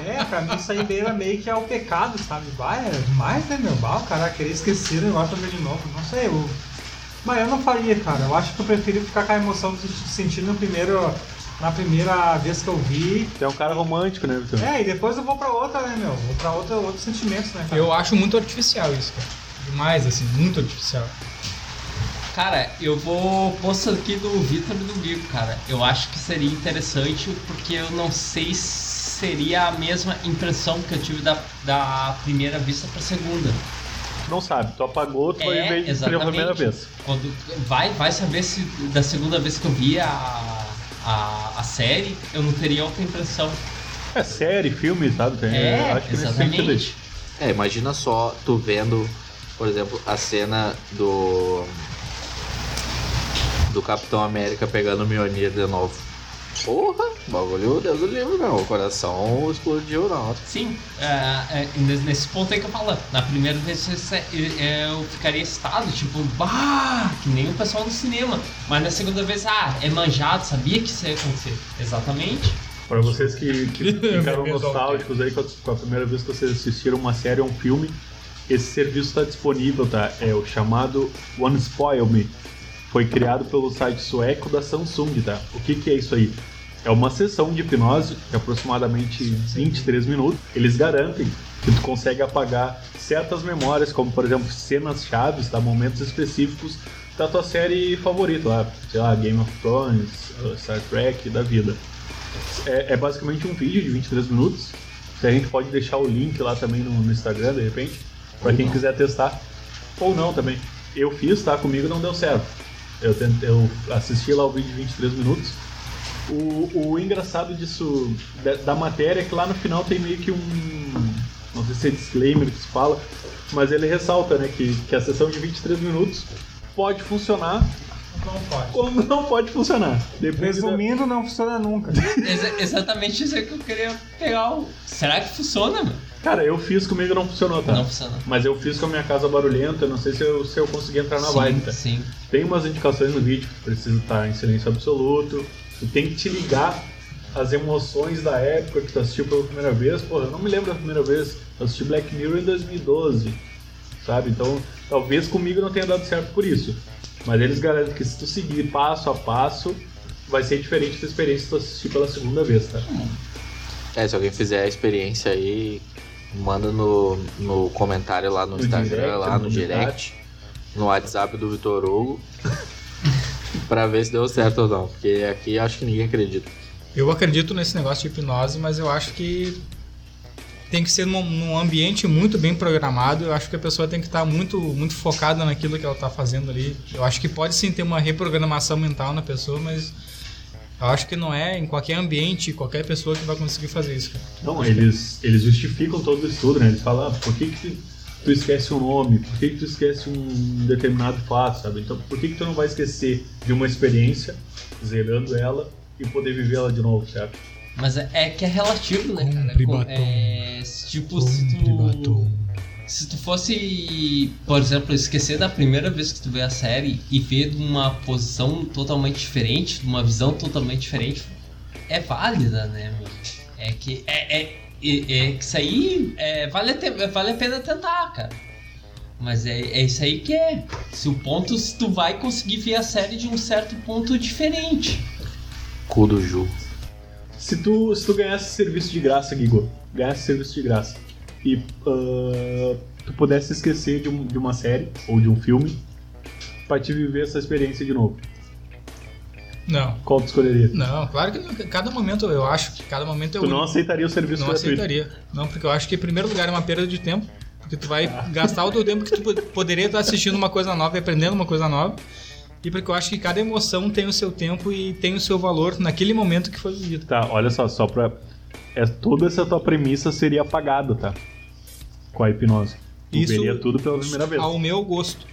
É, pra mim isso aí beira meio que é o pecado, sabe? Vai, é demais, né, meu? Bah, o cara querer esquecer o negócio pra comer de novo. Não sei, eu. Mas eu não faria, cara. Eu acho que eu prefiro ficar com a emoção de sentir no primeiro. Na primeira vez que eu vi.
Tu é um cara romântico, né, Vitor?
É, e depois eu vou pra outra, né, meu? Vou pra outra, outros sentimentos, né, cara?
Eu acho muito artificial isso, cara. Demais, assim, muito artificial.
Cara, eu vou posto aqui do Vitor e do Guigo, cara. Eu acho que seria interessante porque eu não sei se seria a mesma impressão que eu tive da, da primeira vista pra segunda.
Tu não sabe. Tu apagou, tu
É,
vai ver pela
exatamente.
primeira vez.
Quando vai, vai saber se da segunda vez que eu vi a, a, a série, eu não teria outra impressão.
É série, filme, sabe? Tem,
É,
acho que nesse
exatamente.
sentido. aí.
É, imagina só tu vendo, por exemplo, a cena do. Do Capitão América pegando o Mjolnir de novo. Porra, bagulho, Deus do livro, meu. O coração explodiu na hora.
Sim, é, é, nes- nesse ponto aí que eu falo, na primeira vez eu- eu eu ficaria excitado, tipo, bah, que nem o pessoal no cinema. Mas na segunda vez, ah, é manjado, sabia que isso ia acontecer. Exatamente.
Pra vocês que, que ficaram
Me perdoa.
nostálgicos aí com a, com a primeira vez que vocês assistiram uma série ou um filme, esse serviço está disponível, tá? É o chamado One Spoil Me. Foi criado pelo site sueco da Samsung, tá? O que, que é isso aí? É uma sessão de hipnose de aproximadamente 23 minutos. Eles garantem que tu consegue apagar certas memórias, como por exemplo cenas chaves, tá? momentos específicos da tua série favorita, lá, sei lá, Game of Thrones, Star Trek, da vida é, é basicamente um vídeo de 23 minutos. Que a gente pode deixar o link lá também no, no Instagram, de repente, pra quem quiser testar. Ou não também. Eu fiz, tá? Comigo não deu certo. Eu, tentei, eu assisti lá o vídeo de 23 minutos. O, o engraçado disso, da, da matéria, é que lá no final tem meio que um. Não sei se é disclaimer que se fala, mas ele ressalta, né, que, que a sessão de 23 minutos pode funcionar
Não pode.
como não pode funcionar. Depende da-
Resumindo, não funciona nunca.
Exa- exatamente isso aí que eu queria pegar o. Será que funciona, mano?
Cara, eu fiz comigo não funcionou, tá?
Não funciona.
Mas eu fiz com a minha casa barulhenta, não sei se eu, se eu consegui entrar na
sim,
vibe, tá?
sim.
Tem umas indicações no vídeo que tu precisa estar em silêncio absoluto, tu tem que te ligar às emoções da época que tu assistiu pela primeira vez. Porra, eu não me lembro da primeira vez, eu assisti Black Mirror em 2012, sabe? Então talvez comigo não tenha dado certo por isso. Mas eles garantem que se tu seguir passo a passo, vai ser diferente da experiência que tu assistir pela segunda vez, tá?
É, se alguém fizer a experiência aí, manda no, no comentário lá no,
No
Instagram,
direct,
lá no,
no
direct, no WhatsApp do Vitor Hugo, pra ver se deu certo ou não. Porque aqui acho que ninguém acredita.
Eu acredito nesse negócio de hipnose, mas eu acho que tem que ser num, num ambiente muito bem programado. Eu acho que a pessoa tem que estar muito, muito focada naquilo que ela está fazendo ali. Eu acho que pode sim ter uma reprogramação mental na pessoa, mas eu acho que não é em qualquer ambiente, qualquer pessoa que vai conseguir fazer isso. cara.
Não, eles, eles justificam todo o estudo, né? Eles falam, ah, por que, que tu esquece um nome? Por que, que tu esquece um determinado fato, sabe? Então, por que, que tu não vai esquecer de uma experiência, zerando ela e poder viver ela de novo, certo?
Mas é, é que é relativo, né, cara?
Cumpre
Com-
batom.
É, se, tipo, se tu. Se tu fosse, por exemplo, esquecer da primeira vez que tu vê a série e ver de uma posição totalmente diferente, de uma visão totalmente diferente, é válida, né, meu? É que. É, é, é, é que isso aí é, vale, a te- vale a pena tentar, cara. Mas é, é isso aí que é. Se o ponto, se tu vai conseguir ver a série de um certo ponto diferente.
Cu do Ju.
Se tu, se tu ganhasse serviço de graça, Gigo, ganhasse serviço de graça e ah, tu pudesse esquecer de, um- de uma série ou de um filme pra te viver essa experiência de novo,
Não,
qual tu escolheria?
não, claro que não. Cada momento eu acho que cada momento é
Tu
único.
não aceitaria o serviço
Não
gratuito.
aceitaria. Não, porque eu acho que em primeiro lugar é uma perda de tempo. Porque tu vai gastar o teu tempo que tu po- poderia estar assistindo uma coisa nova e aprendendo uma coisa nova. E porque eu acho que cada emoção tem o seu tempo e tem o seu valor naquele momento que foi vivido.
Tá, olha só, só pra. É, toda essa tua premissa seria apagada, tá? Com a hipnose. Tu
Isso-
veria tudo pela primeira vez.
Ao meu gosto.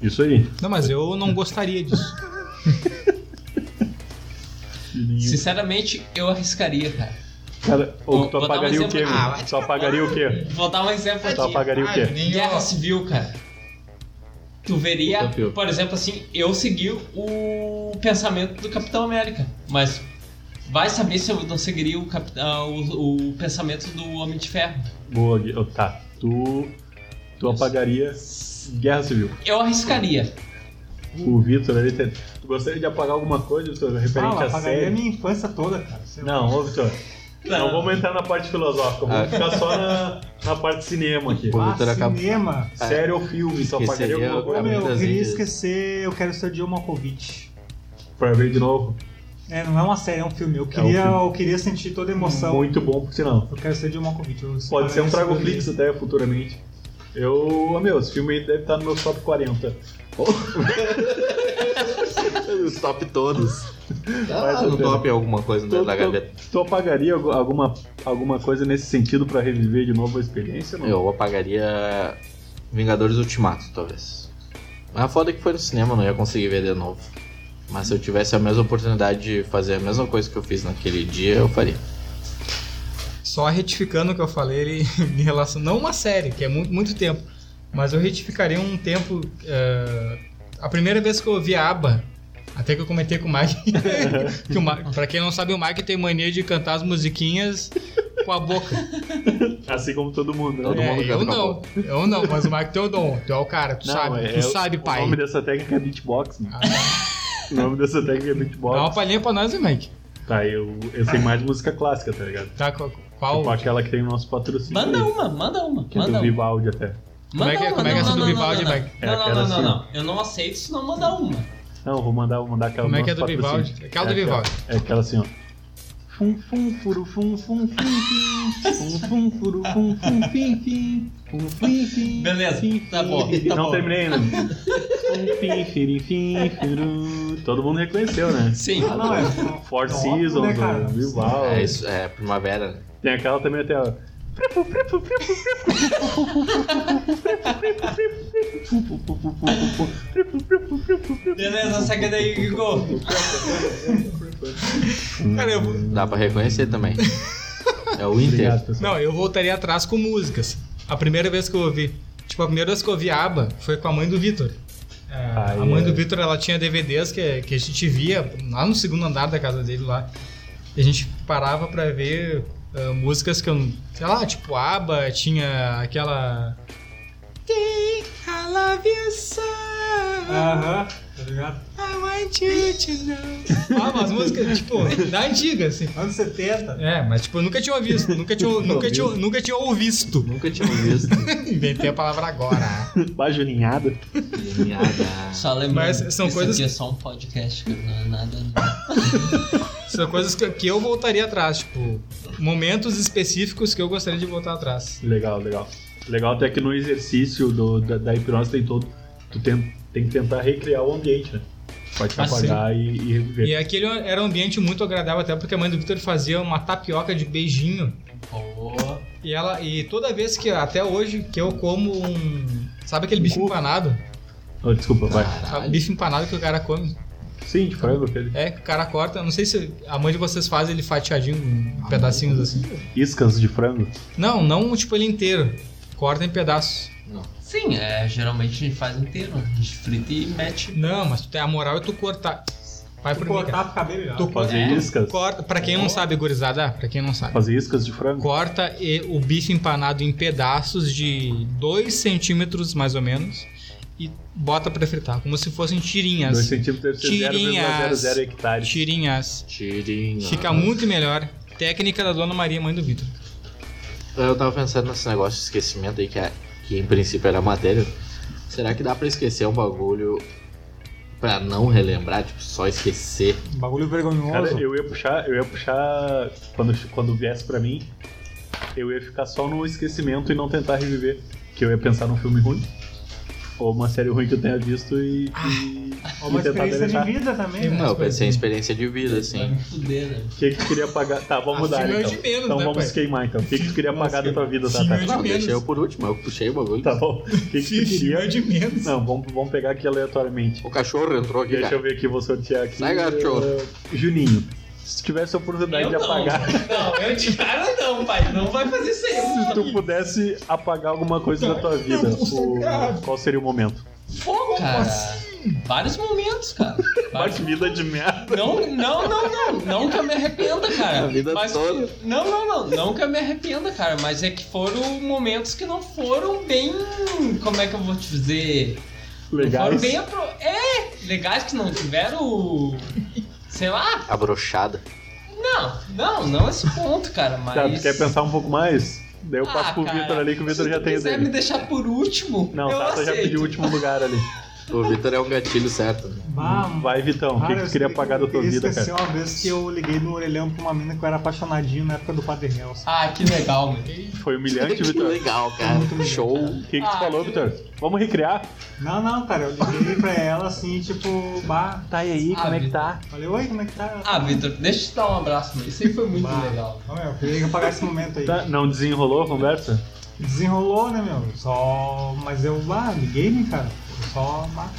Isso aí.
Não, mas eu não gostaria disso.
Sinceramente, eu arriscaria, cara.
Cara, ou
Vou-
tu
vou dar um
apagaria o
exemplo.
quê?
Ah,
meu?
vai te
tu apagaria o quê?
Vou dar um exemplo
Tu
aqui.
apagaria o quê?
Guerra Civil, cara. Tu veria,
Puta, pior.
por exemplo, assim, eu segui o pensamento do Capitão América, mas vai saber se eu não seguiria o, Capit- ah, o- o pensamento do Homem de Ferro.
Boa, Gui- oh, tá. Tu. Tu apagaria Guerra Civil.
Eu arriscaria.
O Vitor ali tem. Tu gostaria de apagar alguma coisa, Vitor,
Ah,
referente
eu
à
apagaria a
série?
minha infância toda, cara. Sei lá.
Não, ô Vitor. Não.
Não.
vamos entrar na parte filosófica, vamos
Ah.
ficar só na, na parte cinema aqui.
Pô, Doutor,
Ah,
acabou.
cinema.
Série ou filme, tu apagaria
Esqueceria
alguma
Ô,
coisa
a-
meu, eu
muitas
queria
vezes.
esquecer Eu Quero Ser John Malkovich.
pra ver de novo.
É, não é uma série, é um filme. Eu queria,
filme.
Eu queria sentir toda a emoção.
Muito bom, por sinal.
Eu quero ser John Malkovich. eu
Pode ser um
parece-
Dragoflix até futuramente. Eu. ah, Meu, esse filme aí deve estar no meu top 40.
Os top todos.
Faz
Faz um
certeza.
top em alguma coisa
Tu,
dentro da gaveta.
tu, tu apagaria algu- alguma, alguma coisa nesse sentido pra reviver de novo a experiência? Não?
Eu apagaria Vingadores Ultimato, talvez. Mas a foda é que foi no cinema, eu não ia conseguir ver de novo. Mas se eu tivesse a mesma oportunidade de fazer a mesma coisa que eu fiz naquele dia, eu faria.
Só retificando o que eu falei ele, em relação. Não uma série, que é muito, muito tempo. Mas eu retificaria um tempo. eh, a primeira vez que eu ouvi a aba, até que eu comentei com o Mike. que o Mike pra quem não sabe, o Mike tem mania de cantar as musiquinhas com a boca.
Assim como todo mundo, né?
Todo
É,
mundo canta
eu
com a
não, eu não, mas o Mike tem o dom. Tu é o cara, tu
Não,
sabe,
é-
tu sabe,
o,
pai.
O nome dessa técnica é beatbox, mano.
Ah,
O nome dessa técnica é
Dá uma
beatbox.
palhinha pra nós, hein, Mike?
Tá, eu, eu sei mais música clássica, tá ligado?
Tá, qual?
Tipo
qual-
aquela que tem o nosso patrocínio.
Manda
um,
aí,
uma, manda uma,
Que é
manda
do
uma.
Vivaldi até.
Como é que é-
Manda uma,
como é que é
não,
essa do
não, não,
Vivaldi,
não, não.
Mike?
Não,
Era
não, não, não,
assim.
não. Eu não aceito se não mandar uma.
Não, vou mandar, vou mandar aquela
Como é
do
que é do
nosso patrocínio.
Vivaldi? Aquela do
aquela-
Vivaldi.
É aquela assim, ó. Fum fum furu fum fum fim fim. Fum fum furu fum fum fim fim. Fum fim fim.
Beleza,
fim,
tá
fim.
bom, tá
Não
bom.
terminei ainda. Fum fim fim fim furu. Todo mundo reconheceu, né?
Sim.
Ah, não, é.
Four
Óbvio,
Seasons,
né, cara?
o
boca.
Vivaldi.
É isso, é primavera, né?
Tem aquela também até, ó. Pripu, pripu, pripu, pripu, pripu, pripu, pripu, pripu, pripu, pripu, pripu, pripu, pripu, pripu, pripu, pripu, pripu, pripu, pripu, pripu, pripu.
Beleza, segue daí, Gigo.
Cara, eu,
Dá pra reconhecer também. É o Inter.
Obrigado, pessoal.
Não, eu voltaria atrás com músicas. A primeira vez que eu ouvi. Tipo, a primeira vez que eu ouvi ABBA foi com a mãe do Vitor. É,
Ai,
a mãe
ai.
do Vitor, ela tinha DVDs que, que a gente via lá no segundo andar da casa dele lá. E a gente parava pra ver ah, músicas que eu... não- Sei lá, tipo, ABBA tinha aquela... Think I love you so,
Aham, tá ligado?
I want you to know. Ah, umas músicas, tipo, da antiga, assim.
Anos 70.
É, mas tipo, eu nunca tinha ouvido, nunca tinha, nunca tinha, nunca tinha ouvido.
Nunca tinha visto.
Inventei a palavra agora.
Bajulinhada.
Linhada.
Só lembrando,
Mas são
isso
coisas-
aqui é só um podcast, cara, não é nada...
São coisas que, que eu voltaria atrás, tipo, momentos específicos que eu gostaria de voltar atrás.
Legal, legal. Legal até que no exercício do- da, da hipnose tem todo. Tu tem, tem que tentar recriar o ambiente, né? Pode te
Ah, sim.
apagar e, e reviver.
E aquele era um ambiente muito agradável, até porque a mãe do Victor fazia uma tapioca de beijinho.
Pô,
E ela e toda vez que até hoje que eu como um, sabe aquele bife empanado?
Oh, desculpa, vai.
Sabe,
caralho.
bife empanado que o cara come.
Sim, de frango aquele.
É, que o cara corta, não sei se a mãe de vocês faz ele fatiadinho em pedacinhos assim.
Iscas de frango.
Não, não tipo ele inteiro. Corta em pedaços.
Sim, é, geralmente a gente faz inteiro, né? a gente frita e mete.
Não, mas tu tem a moral é tu cortar. Vai
Tu
por mim, cara.
cortar, fica bem melhor.
Tu
Fazer iscas.
corta. Pra quem não sabe, gurizada, pra quem não sabe.
Fazer iscas de frango.
Corta e- o bife empanado em pedaços de 2 centímetros, mais ou menos, e bota pra fritar, como se fossem
2
tirinhas.
centímetros deve ser
Tirinhas.
0,00 hectares.
Tirinhas.
Tirinha.
Fica muito melhor. Técnica da Dona Maria, mãe do Vitor.
Eu tava pensando nesse negócio de esquecimento aí, que, é- que em princípio era matéria. Será que dá pra esquecer um bagulho pra não relembrar? Tipo, só esquecer?
um Bagulho
Cara,
vergonhoso.
eu ia puxar, eu ia puxar quando, quando viesse pra mim, eu ia ficar só no esquecimento e não tentar reviver. Que eu ia pensar num filme ruim. Ou uma série ruim que eu tenha visto e. e-
Ou Ah, uma
e tentar
experiência de
deletar.
vida também, né?
Não, eu pensei em experiência de vida,
Vai
assim.
me fuder, né?
O que, que tu queria pagar? Tá, vamos mudar
Assim é
então.
de menos,
então
né,
vamos
pai?
queimar então. O que, que tu queria pagar da tua vida,
Sim,
Tata?
eu-
Não, deixei
menos.
eu por último, eu puxei o bagulho.
Tá bom. O que, que tu
Filho
queria?
de menos.
Não, vamos, vamos pegar aqui aleatoriamente.
O cachorro entrou aqui,
Deixa
cara.
eu ver aqui, vou sortear aqui.
Sai, garoto.
Eh, Juninho, se tivesse a oportunidade de apagar.
Não, eu de cara não, pai. Não vai fazer isso
Se
aí.
tu pudesse apagar alguma coisa da tua vida, o- qual seria o momento?
Pô, cara. Vários momentos, cara. Vários...
Partida de merda.
Não, não, não, não. Não que eu me arrependa, cara.
A vida
mas...
toda.
Não, não, não. Não que eu me arrependa, cara. Mas é que foram momentos que não foram bem. Como é que eu vou te dizer? Não foram
Legais.
bem apro... É! Legais que não tiveram. Sei lá.
A brochada.
Não, não, não esse ponto, cara. Mas.
Tá, tu quer pensar um pouco mais? Daí eu
Ah,
passo pro
cara,
Vitor ali, que o Vitor
se
já
tu
tem o
quiser
dele.
me deixar por último,
Não,
eu
Tata já
aceito.
pediu o último lugar ali.
O Vitor é um gatilho certo. né?
Bah,
Hum, Vai, Vitão, o que, que tu queria pagar da tua
é
vida,
Esqueci
cara?
uma vez que eu liguei no orelhão pra uma mina que eu era apaixonadinho na época do Padre Nelson.
Ah, que legal, meu.
Foi humilhante,
Que
Vitor.
legal,
É
cara. Show.
O que, que tu
é Ah,
falou,
que-
Vitor? Vamos recriar?
Não, não, cara, eu liguei pra ela assim, tipo, bah.
Tá e aí,
Ah, como é que Vitor.
tá?
Falei, oi, como é que tá?
Ah, Vitor, deixa eu te dar um abraço, meu. Isso aí foi muito legal.
Ô, meu, eu queria apagar esse momento aí.
Não desenrolou a conversa?
Desenrolou, né, meu? Só. Mas eu, bah, liguei, né, cara? Eu só, bah.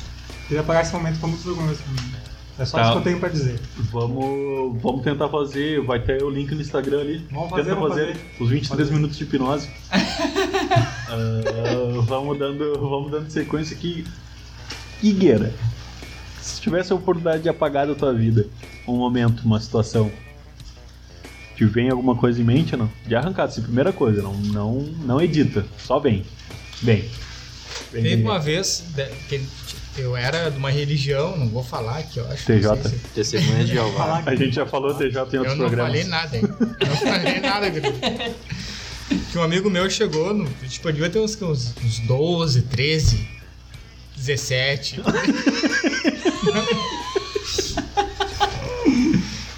Queria apagar esse momento, foi muito vergonhoso pra mim. É só
Tá.
isso que eu tenho pra dizer.
Vamos, vamos tentar fazer. Vai ter o link no Instagram ali.
Vamos fazer,
Tenta
vamos
fazer, os 23 minutos de hipnose. Ah, vamos, dando, vamos dando sequência aqui. Higuera, se tivesse a oportunidade de apagar da tua vida um momento, uma situação, te vem alguma coisa em mente ou não? De arrancado, assim, primeira coisa, não, não, não edita, só vem. Vem. Vem, vem,
Teve
vem.
uma vez de- que eu era de uma religião, não vou falar aqui, eu acho.
TJ.
não sei se-
Testemunha de Jeová.
Falar
A gente já falou TJ em
Eu
outros
não
programas.
falei nada, hein? Eu não falei nada, Grilo. Que um amigo meu chegou, no, tipo, eu devia ter uns, uns, uns 12, 13, 17.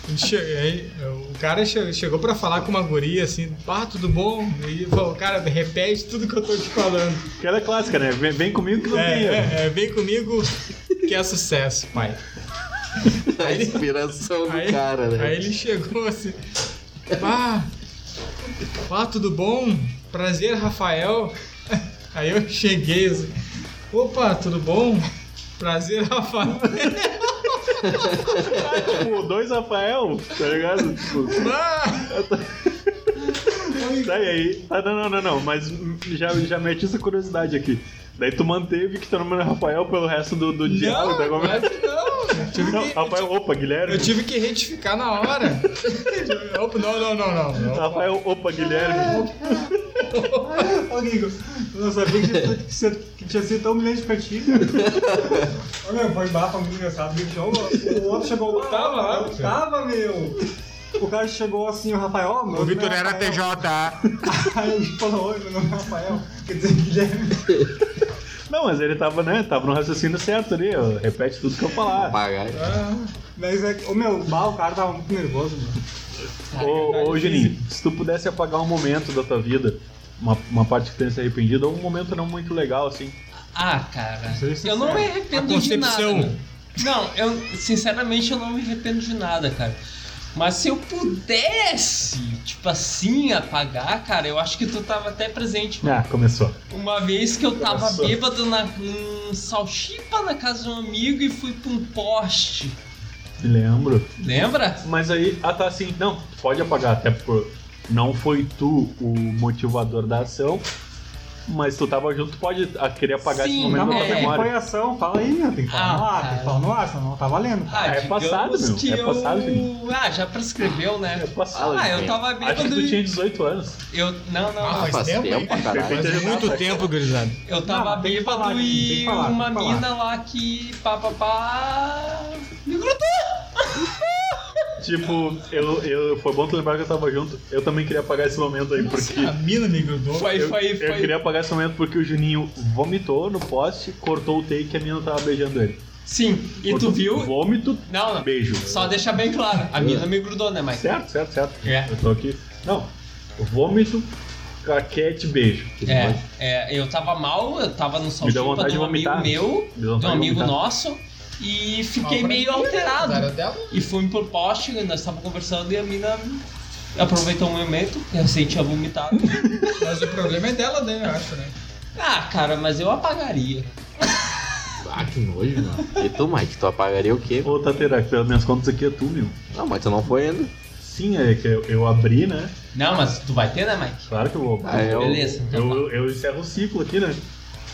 Ele che- aí, O cara che- chegou pra falar com uma guria assim, ah, tudo bom? E falou, cara, repete tudo que eu tô te falando.
Aquela é clássica, né? Vem, vem comigo que não tem erro.
É, é, é, vem comigo que é sucesso, pai.
Tá A inspiração do cara,
aí
né?
ele chegou assim. Pá, pá, tudo bom? Prazer, Rafael. Aí eu cheguei assim. Opa, tudo bom? Prazer, Rafael. Ah,
Tipo, dois Rafael, tá ligado? Tipo,
Bah!
Sai aí. Ah, não, não, não, não. Mas hum, já, já mete essa curiosidade aqui. Daí tu manteve que teu nome era Rafael pelo resto do, do diálogo. Daí
Não,
como-
claro que não. Eu tive,
Não,
que,
Rafael, opa, Guilherme.
eu tive que retificar na hora. Opa, não, não, não, não. não.
Rafael, opa, Guilherme.
Ah,
Ô, amigo, eu não sabia que tinha, que você- que tinha sido tão humilhante pra ti, cara. Ô, meu, foi bafo, muito engraçado. Me chamou, o outro chegou lá.
Tava lá,
eu Tava, meu. O cara chegou assim, o Rafael. ó, meu
O
nome é
Vitor era
Rafael.
tá?
PJ.
Aí ele falou, oi, meu nome é Rafael. Quer dizer, Guilherme.
é.
Não, mas ele tava, né? Tava no raciocínio certo ali. ó. Repete tudo que eu falar.
Pagar.
Ah.
Mas é que, ô, meu, bah, o cara tava muito nervoso, mano.
Ô, ô Juninho, se tu pudesse apagar um momento da tua vida, uma, uma parte que tenha se arrependido, ou um momento não muito legal, assim.
Ah, cara.
Seja sincero.
Eu não me
A
arrependo de nada.
concepção.
Não, eu sinceramente eu não me arrependo de nada, cara. Mas se eu pudesse, tipo assim, apagar, cara, eu acho que tu tava até presente.
Ah, começou.
Uma vez que eu tava
Começou.
bêbado na, num salchipa na casa de um amigo e fui pra um poste.
Me lembro.
Lembra?
Mas aí, ah tá assim, não, pode apagar, até por não foi tu o motivador da ação, mas tu tava junto, pode ah, querer apagar
Sim,
esse
Tá,
momento da
não,
mas
tua
é,
quem foi
memória.
a ação? Fala aí, meu. Tem que falar
Ah,
no ar, tem que
cara.
falar no ar, senão não tá valendo.
Ah,
é
digamos
passado, meu,
que
é
eu-
passado, gente.
Ah, já prescreveu, né?
É passado.
Ah, eu tava
Acho que
bêbado
tu
e.
tinha 18 anos.
Eu. Não, não, não.
Ah,
Faz
faz tempo,
tempo,
hein?
caralho.
Faz muito tempo, gurizada.
Eu tava
Não, tem que
bêbado
falar, gente, tem que
e
falar, tem
uma
que falar.
mina lá que pá, pá, pá me grudou.
Tipo, eu, eu, foi bom tu lembrar que eu tava junto. Eu também queria apagar esse momento aí, porque.
A mina me grudou.
Ah, Foi,
Eu,
foi,
eu
foi.
queria apagar esse momento porque o Juninho vomitou no poste, cortou o take e a mina tava beijando ele.
Sim, e
Cortou-
tu viu?
Vômito,
Não, não.
beijo.
Só deixar bem claro, a mina me grudou, né, Mike?
Certo, certo, certo.
É.
Eu tô aqui. Não. Vômito, caquete, beijo.
É, é, eu tava mal, eu tava no
Me deu
salchipa
vontade
de um
de
amigo
vomitar.
meu,
Me deu
de um
vontade de
amigo
vomitar.
nosso, e fiquei
Ah,
meio
pra mim, cara,
alterado.
eu tava-
E fui pro poste, nós tava conversando e a mina aproveitou o momento, eu sei que tinha vomitado.
Mas o problema é dela, né? Eu acho, né?
ah, cara, mas eu apagaria.
Ah, que nojo, mano. E tu, Mike, tu apagaria o quê?
Ô, Tatera, pelas minhas contas aqui é tu, meu.
Não, mas tu não foi ainda.
Sim, é que eu, eu abri, né?
Não, mas tu vai ter, né, Mike?
Claro que eu vou.
Ah, eu-
Beleza. então
Eu, eu, eu encerro o ciclo aqui, né?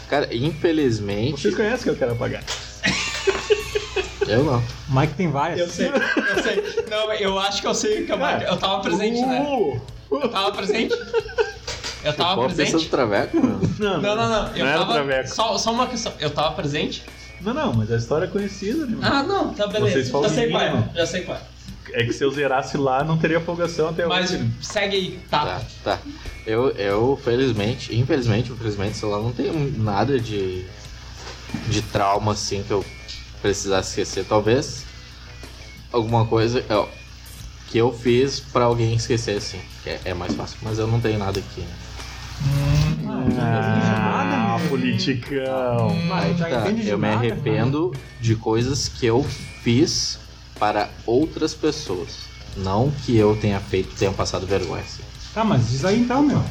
Cara, infelizmente.
Vocês conhecem que eu quero apagar.
Tá
Eu não.
Mike tem várias.
Eu sei, eu sei. Não, eu acho que eu sei o que eu
Cara,
eu tava presente, né?
Uh!
Eu tava presente. Eu
Pô,
tava
a pessoa do
presente.
Traveco, mano.
Não,
Não, não, não. Eu
era o
tava.
Traveco.
Só, só uma questão. Eu tava presente?
Não, não, mas a história é conhecida, né?
Ah, não, tá
Vocês
beleza.
falam
Já sei
de
qual
mim,
é.
não?
Já sei qual é.
É que se eu zerasse lá, não teria folgação até
Mas
hoje. né?
segue aí, tá?
Tá, tá. Eu, eu, felizmente, infelizmente, infelizmente, sei lá, não tenho nada de, de trauma assim que eu precisasse esquecer. Talvez alguma coisa ó, que eu fiz pra alguém esquecer, assim, que é, é mais fácil. Mas eu não tenho nada aqui. né?
Ah,
nada,
né?
meu.
politicão.
Mas
Aí
já
que tá,
entende de
eu me
nada,
arrependo de coisas que eu fiz para outras pessoas. Não que eu tenha feito, tenha passado vergonha. Assim.
mano. Tá, mas diz aí então, meu.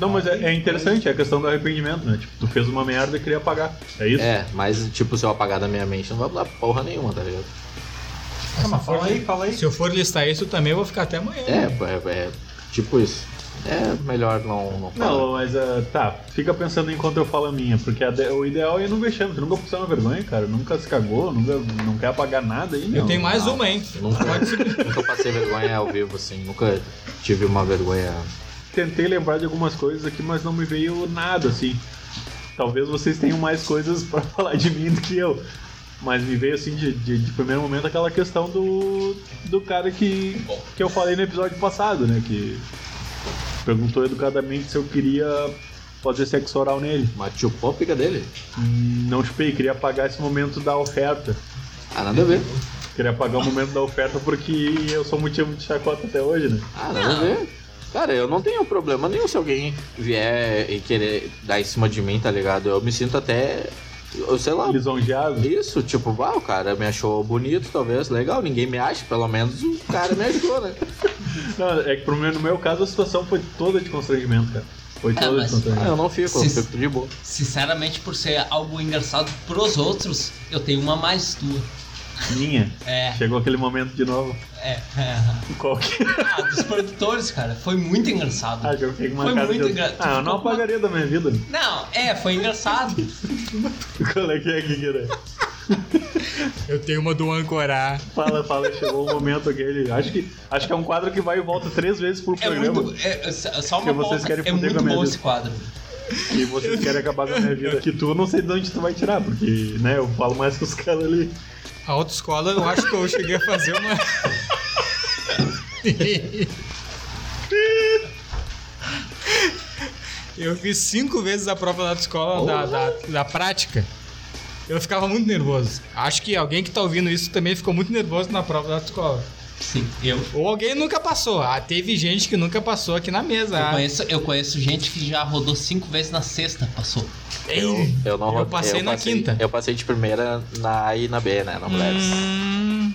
Não, mas é, é interessante, é a questão do arrependimento, né? Tipo, tu fez uma merda e queria apagar. É isso?
É, mas tipo, se eu apagar da minha mente, não vai mudar porra nenhuma, tá ligado?
Tá, mas fala aí, fala aí.
Se eu for listar isso também, eu vou ficar até amanhã.
É, é, é tipo isso. É melhor não, não falar.
Não, mas ah, tá, fica pensando enquanto eu falo a minha, porque a de- o ideal é não vexame, tu nunca passou uma vergonha, cara, nunca se cagou, nunca, não quer apagar nada aí,
Eu
não.
tenho mais
não.
uma, hein?
Nunca, nunca passei vergonha ao vivo, assim. Nunca tive uma vergonha.
Tentei lembrar de algumas coisas aqui, mas não me veio nada, assim. Talvez vocês tenham mais coisas pra falar de mim do que eu. Mas me veio, assim, de, de- de primeiro momento, aquela questão do, do cara que, que eu falei no episódio passado, né? Que perguntou educadamente se eu queria fazer sexo oral nele.
Mas chupou a pica é dele?
Hum, Não chupei, queria apagar esse momento da oferta.
Ah, nada a ver.
Queria apagar o momento da oferta porque eu sou motivo de chacota até hoje, né?
Ah, nada a ver. Cara, eu não tenho problema nenhum se alguém vier e querer dar em cima de mim, tá ligado? Eu me sinto até. Eu sei
Ah.
lá.
Lisonjeado.
Isso, tipo, bah, o cara me achou bonito, talvez, legal, ninguém me acha, pelo menos o cara me ajudou, né?
Não, é que pro meu, no meu caso a situação foi toda de constrangimento, cara. Foi toda
mas-
de
Ah,
constrangimento.
eu não fico, eu
Sim.
fico de boa.
Sinceramente, por ser algo engraçado pros outros, eu tenho uma mais tua.
Minha.
É,
Chegou aquele momento de novo.
é, é.
Qual que
Ah, dos produtores, cara, foi muito engraçado.
Ah, já fiquei com uma
Foi
cara
muito Tipo,
de...
engraçado.
Ah, eu não
Ficou-
apagaria da minha vida. né?
Não, é, foi engraçado.
Qual é que é que era?
Eu tenho uma do Ancorá.
Fala, fala, chegou o momento aquele. Acho que, acho que é um quadro que vai e volta três vezes por
É
programa.
muito. É, é só
Que
uma
vocês
volta.
querem
É
fuder com a
muito
minha
bom
vida.
esse quadro.
E vocês querem acabar com a minha vida. Que tu não sei de onde tu vai tirar, porque, né, eu falo mais com os caras ali.
A autoescola, eu acho que eu cheguei a fazer uma. eu fiz cinco vezes a prova da autoescola da, da, da prática. Eu ficava muito nervoso. Acho que alguém que tá ouvindo isso também ficou muito nervoso na prova da autoescola.
Sim, eu.
Ou alguém nunca passou. Ah, teve gente que nunca passou aqui na mesa.
Eu
Ah,
conheço, eu conheço gente que já rodou cinco vezes na sexta, passou.
Eu, eu não
eu passei na quinta.
Eu passei de primeira na A e na B, né? Na mulheres.
Hum,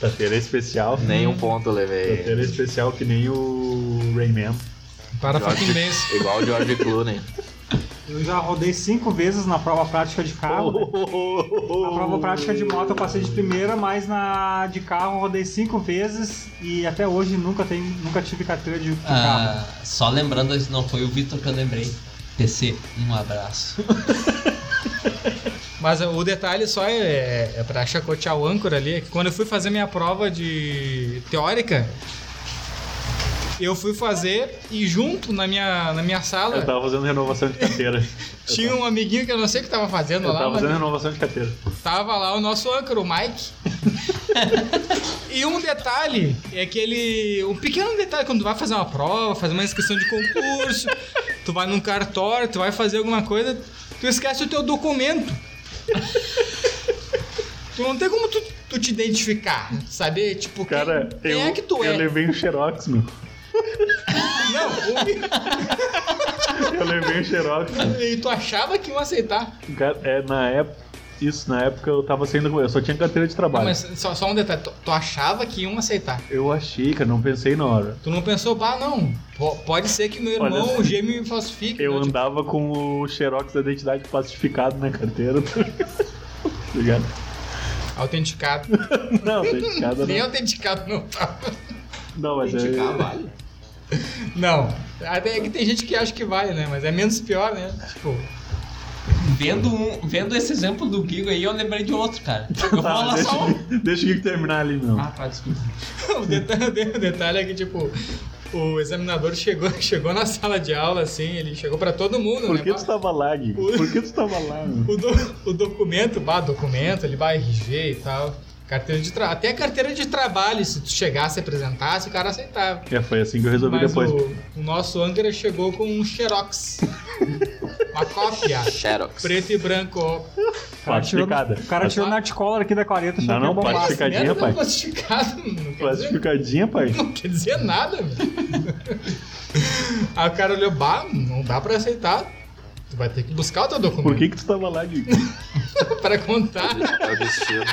Tá feira especial.
Nem um ponto eu
Tá
levei.
feira especial que nem o Rayman.
para
Jorge-
fucking bens.
Igual o George Clooney.
Eu já rodei cinco vezes na prova prática de
Ah,
carro. né? Na prova prática de moto eu passei de primeira, mas na de carro eu rodei cinco vezes e até hoje nunca, tem, nunca tive carteira de, de carro.
Ah, só lembrando, esse não foi o Vitor que eu lembrei. PC, um abraço.
Mas o detalhe só é, é pra chacotear o âncora ali, é que quando eu fui fazer minha prova de teórica, eu fui fazer e junto na minha, na minha
Eu
sala
tava fazendo renovação de carteira.
tinha um amiguinho que eu não sei o que tava fazendo
Eu
lá,
tava
mas
fazendo renovação de carteira.
tava lá o nosso âncora, o Mike. e um detalhe é que ele. Um pequeno detalhe, quando tu vai fazer uma prova, fazer uma inscrição de concurso, tu vai num cartório, tu vai fazer alguma coisa, tu esquece o teu documento. tu não tem como tu, tu te identificar, saber, tipo, quem-
Cara,
quem,
eu,
é que tu
eu
é.
levei um xerox, meu.
Não,
Eu levei um xerox.
o- e tu achava que iam aceitar.
Cara, é, na época... Isso, na época eu tava saindo... Eu só tinha carteira de
Não,
trabalho.
mas só, só um detalhe, tu, tu achava que iam aceitar.
Eu achei, cara, não pensei na hora.
Tu não pensou, bah, não, po- pode ser que meu
Olha,
irmão, o gêmeo, me falsifique.
Eu
né?
andava com o xerox da identidade plastificado na carteira. Tá ligado?
Autenticado.
Não, identificado
Nem
não.
autenticado não tá.
Não, mas é...
Indicar vale.
Não. Até é que tem gente que acha que vale, né? Mas é menos pior, né? Tipo,
Vendo, um, vendo esse exemplo do Gigo aí, eu lembrei de outro, cara. Eu vou
Tá,
falar
deixa,
só um.
deixa o Gui terminar ali, meu.
Ah, tá, desculpa.
o detalhe, o detalhe é que, tipo, o examinador chegou, chegou na sala de aula, assim, ele chegou pra todo mundo,
Por
né?
que
Bah,
tu tá tava lá, Gui? Por que tu tava lá, meu?
o, do- o documento, bah, documento, ele vai RG e tal. Carteira de trabalho. Até a carteira de trabalho, se tu chegasse e apresentasse, o cara aceitava.
É, foi assim que eu resolvi
Mas
depois.
o, o nosso âncora chegou com um xerox. uma cópia.
Xerox.
Preto e branco, ó.
O cara tirou,
Plastificada.
o cara tirou na articola aqui da clareta. achei
Não,
que ia
não,
bombar.
pode ficar. Plastificadinha,
Merda,
pai.
Plastificado, não quer dizer,
Plastificadinha, pai.
não quer dizer nada, velho. Aí o cara olhou, bah, não dá pra aceitar. Tu vai ter que buscar o teu documento
Por que que tu tava lá, Gui?
pra contar. né?"
É o destino.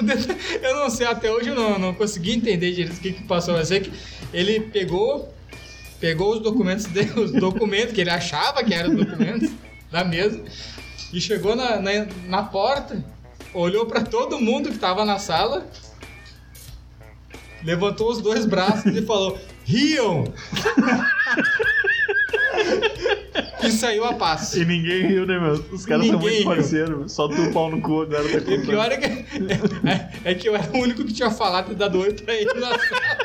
O deta- Eu não sei, até hoje eu não, não consegui entender direito o que, que passou. Eu sei que ele pegou, pegou os documentos dele, os documentos que ele achava que eram os documentos da mesa, e chegou na, na, na porta, olhou pra todo mundo que tava na sala, levantou os dois braços e falou: Riam! e saiu a paz.
E ninguém riu, né, meu? Os caras são
Ninguém
muito
riu.
parceiros. Só tu, pau no cu, agora tá
E
contando.
pior é que, é, é que eu era o único que tinha falado e dado oi pra ele na sala.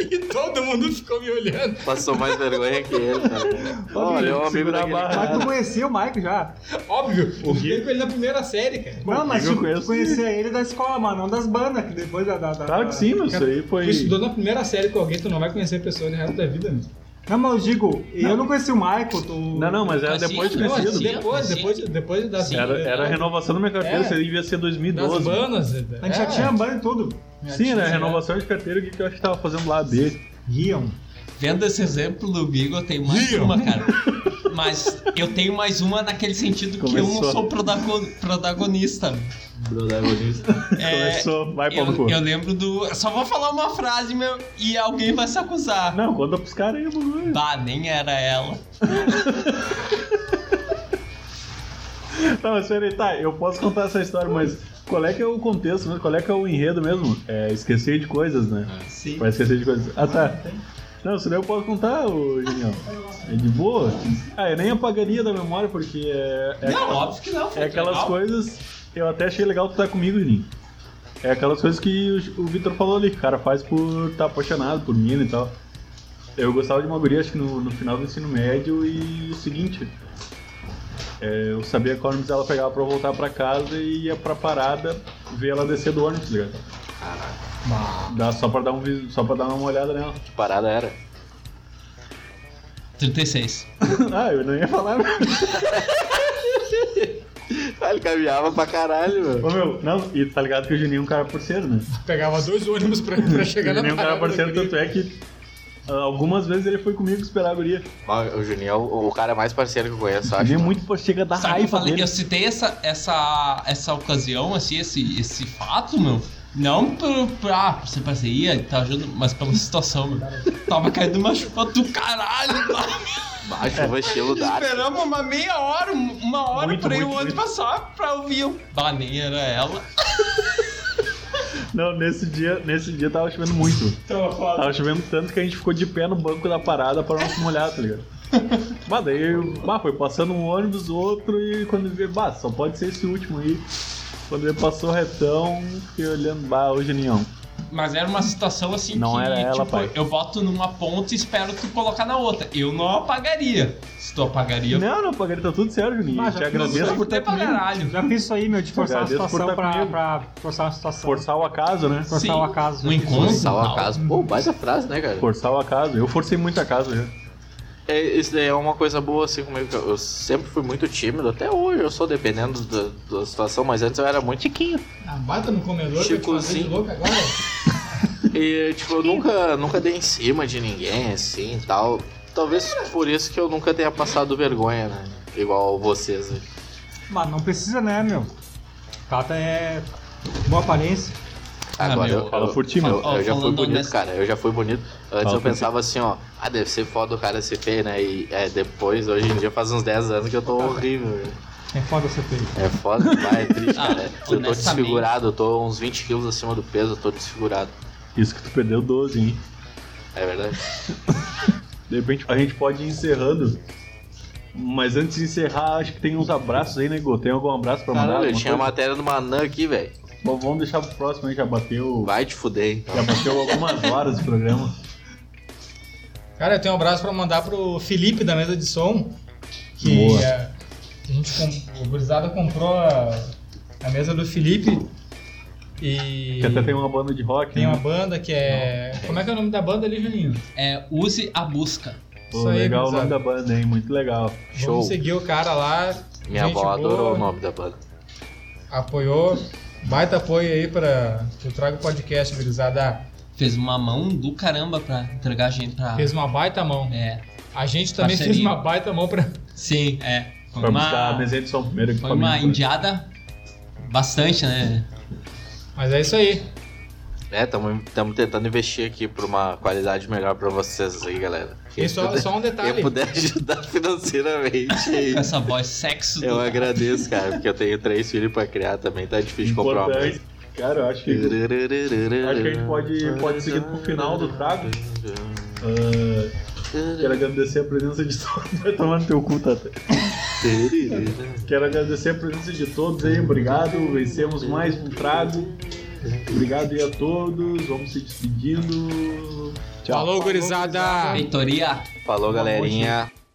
E todo mundo ficou me olhando.
Passou mais vergonha que ele, cara. Olha, é um amigo
Segura a
da barra.
barra.
Mas tu conhecia o Mike já.
Óbvio, eu
O
fiquei
quê?
com ele na primeira série, cara.
Não, mas
eu
tu
conheço.
conhecia ele da escola, mano, não das bandas, que depois da. da, da-
Claro que sim, meu. Isso aí foi...
Tu estudou na primeira série com alguém, tu não vai conhecer a pessoa no resto da vida, né? meu.
Não, mas eu digo, eu não conheci o Michael, tu.
Não, não, mas era
Assim,
depois de
não,
Não,
Conhecia,
conhecido.
depois,
conhecia.
depois, depois da
Sim,
Era, era a renovação da minha carteira,
né? É.
isso aí devia ser
das
2012.
banas. é, A
A gente
É.
já tinha banda e tudo.
Sim, né? Renovação de carteira, o que, que eu acho que tava fazendo lá, B.
Riam.
Vendo esse exemplo do Gigo, eu tenho mais uma, cara. Mas eu tenho mais uma naquele sentido que eu
Começou.
não sou protago- protagonista. É,
Começou, vai, pau no
eu,
cu.
eu lembro do. Só vou falar uma frase, meu, e alguém vai se acusar.
Não, conta pros caras aí, bagulho.
Bah, nem era ela.
Tá, mas peraí, tá, eu posso contar essa história, mas qual é que é o contexto mesmo? Qual é que é o enredo mesmo? É esquecer de coisas, né?
Sim.
Vai esquecer de coisas. Ah, tá. Não, senão eu posso contar, ô Julião. É de boa? Ah, eu nem apagaria da memória, porque é. é
Não, óbvio que não.
É aquelas
legal.
coisas. Eu até achei legal tu estar comigo, Juninho. É aquelas coisas que o, o Vitor falou ali, que o cara faz por estar apaixonado por mina e tal. Eu gostava de uma guria, acho que no, no final do ensino médio, e o seguinte. é, eu sabia qual ônibus ela pegava pra eu voltar pra casa e ia pra parada ver ela descer do ônibus, tá ligado? Dá, só, pra dar um, vis- só pra dar uma olhada nela.
Que parada era?
36.
ah, eu não ia falar.
Ah, ele caminhava pra caralho, mano.
Ô meu, não, e tá ligado que o Juninho é um cara porceiro, né?
Pegava dois ônibus pra, pra chegar na
Ele nem um cara
parada né?
parceiro,
do
tanto é que ah, algumas vezes ele foi comigo esperar a guria.
Mas O Juninho é o, o cara mais parceiro que eu conheço, acho.
Ele é
mano.
muito pô, chega da
Sabe, eu
raiva
falei,
dele.
eu citei essa, essa, essa ocasião, assim, esse, esse fato, meu. Não por, por, ah, por ser parceria e tal, ajuda, mas pela situação, meu. Tava caindo uma chuva do caralho, tá?
Baixo, é. estilo da
Esperamos uma meia hora, um- uma hora
Muito,
pra ir o
muito,
outro
muito.
passar pra ouvir o. Bah, nem era ela.
Não, nesse dia, nesse dia tava chovendo muito. Tava chovendo tanto que a gente ficou de pé no banco da parada pra não se molhar, tá ligado? Bah, daí eu- bah, foi passando um ônibus, outro, e quando vê, bah, só pode ser esse último aí. Quando ele passou retão, fiquei olhando, bah, ô Juninho.
Mas era uma situação assim
Não
que,
era ela,
tipo,
pai.
eu boto numa ponta e espero tu colocar na outra. Eu não apagaria. Se tu apagaria, eu
Não, não, Pagaria, tá tudo certo, Juninho.
Ah,
te
um
já-
agradeço por ter
pra caralho.
Já fiz isso aí, meu, de forçar a
Agradeço por
situação
estar
pra,
comigo.
pra forçar a situação.
forçar o acaso, né?
Forçar o acaso.
Um encontro.
Sal
tal.
a casa. Pô, baita frase, né, cara?
Forçar o acaso. Eu forcei muito a casa já.
É, isso daí é uma coisa boa, assim, comigo. que Eu sempre fui muito tímido, até hoje eu sou, dependendo da, da situação, mas antes eu era muito tiquinho.
Ah, bata no comedor pra te
Chicozinho.
fazer de louco agora.
E, tipo, eu nunca, nunca dei em cima de ninguém, assim, e tal. Talvez por isso que eu nunca tenha passado vergonha, né? Igual vocês. né?
Mas não precisa, né, meu? Tata é boa aparência.
Ah,
Agora
meu,
eu,
fala
eu-
por ti, meu.
eu- eu já fui
Falando
bonito,
honesto.
cara. Eu já fui bonito.
Fala
Antes eu
por ti.
pensava assim, ó. Ah, deve ser foda o cara ser feio, né? E é, depois, hoje em dia, faz uns 10 anos que eu tô horrível. velho.
É foda ser feio.
É foda demais, é triste,
Ah,
cara. Eu tô
honestamente.
desfigurado, eu tô uns 20 quilos acima do peso, eu tô desfigurado.
Isso que tu perdeu 12, hein?
É verdade.
De repente a gente pode ir encerrando. Mas antes de encerrar, acho que tem uns abraços aí, né, Nego? Tem algum abraço pra mandar?
Caralho, eu
alguma
tinha a
coisa?
matéria do Manã aqui, velho.
Bom, vamos deixar pro próximo aí, já bateu.
Vai te fuder, hein?
Já bateu algumas horas de programa.
Cara, eu tenho um abraço pra mandar pro Felipe da mesa de som. Que
Boa.
é, a gente com- o Gurizada comprou a, a mesa do Felipe. E.
Que até tem uma banda de rock,
tem
né?
uma banda que é. Como é que é o nome da banda ali, Juninho?
É, use a busca.
Pô,
Isso aí,
legal o
gurizada.
nome da banda, hein? Muito legal.
Show.
Vamos seguir o cara lá.
Minha
gente
avó adorou
boa,
o nome da banda.
Apoiou. Baita apoio aí pra. Eu trago o podcast, gurizada.
Fez uma mão do caramba pra entregar a gente pra.
Fez uma baita mão.
É.
A gente também
Parceria.
fez uma baita mão pra.
Sim, é. Foi
Pra buscar a
uma,
mesa de som primeiro que
foi uma
família. né?
indiada bastante, né?
Mas é isso aí.
É, tamo, tamo tentando investir aqui pra uma qualidade melhor pra vocês aí, galera.
E só,
puder,
só um detalhe.
quem puder ajudar financeiramente aí.
Com essa voz sexo do
Eu agradeço, cara, porque eu tenho três filhos pra criar também, tá difícil de comprar uma
Importante.
mesa.
Cara, eu acho que Acho que a gente pode- pode seguir pro final do trago. ah, quero agradecer a presença de todos. Vai tomar no teu cu, Tata. Quero agradecer a presença de todos aí, obrigado. Vencemos mais um trago. Obrigado aí a todos. Vamos se despedindo. Tchau.
Falou, gurizada.
Feitoria.
Falou, galerinha.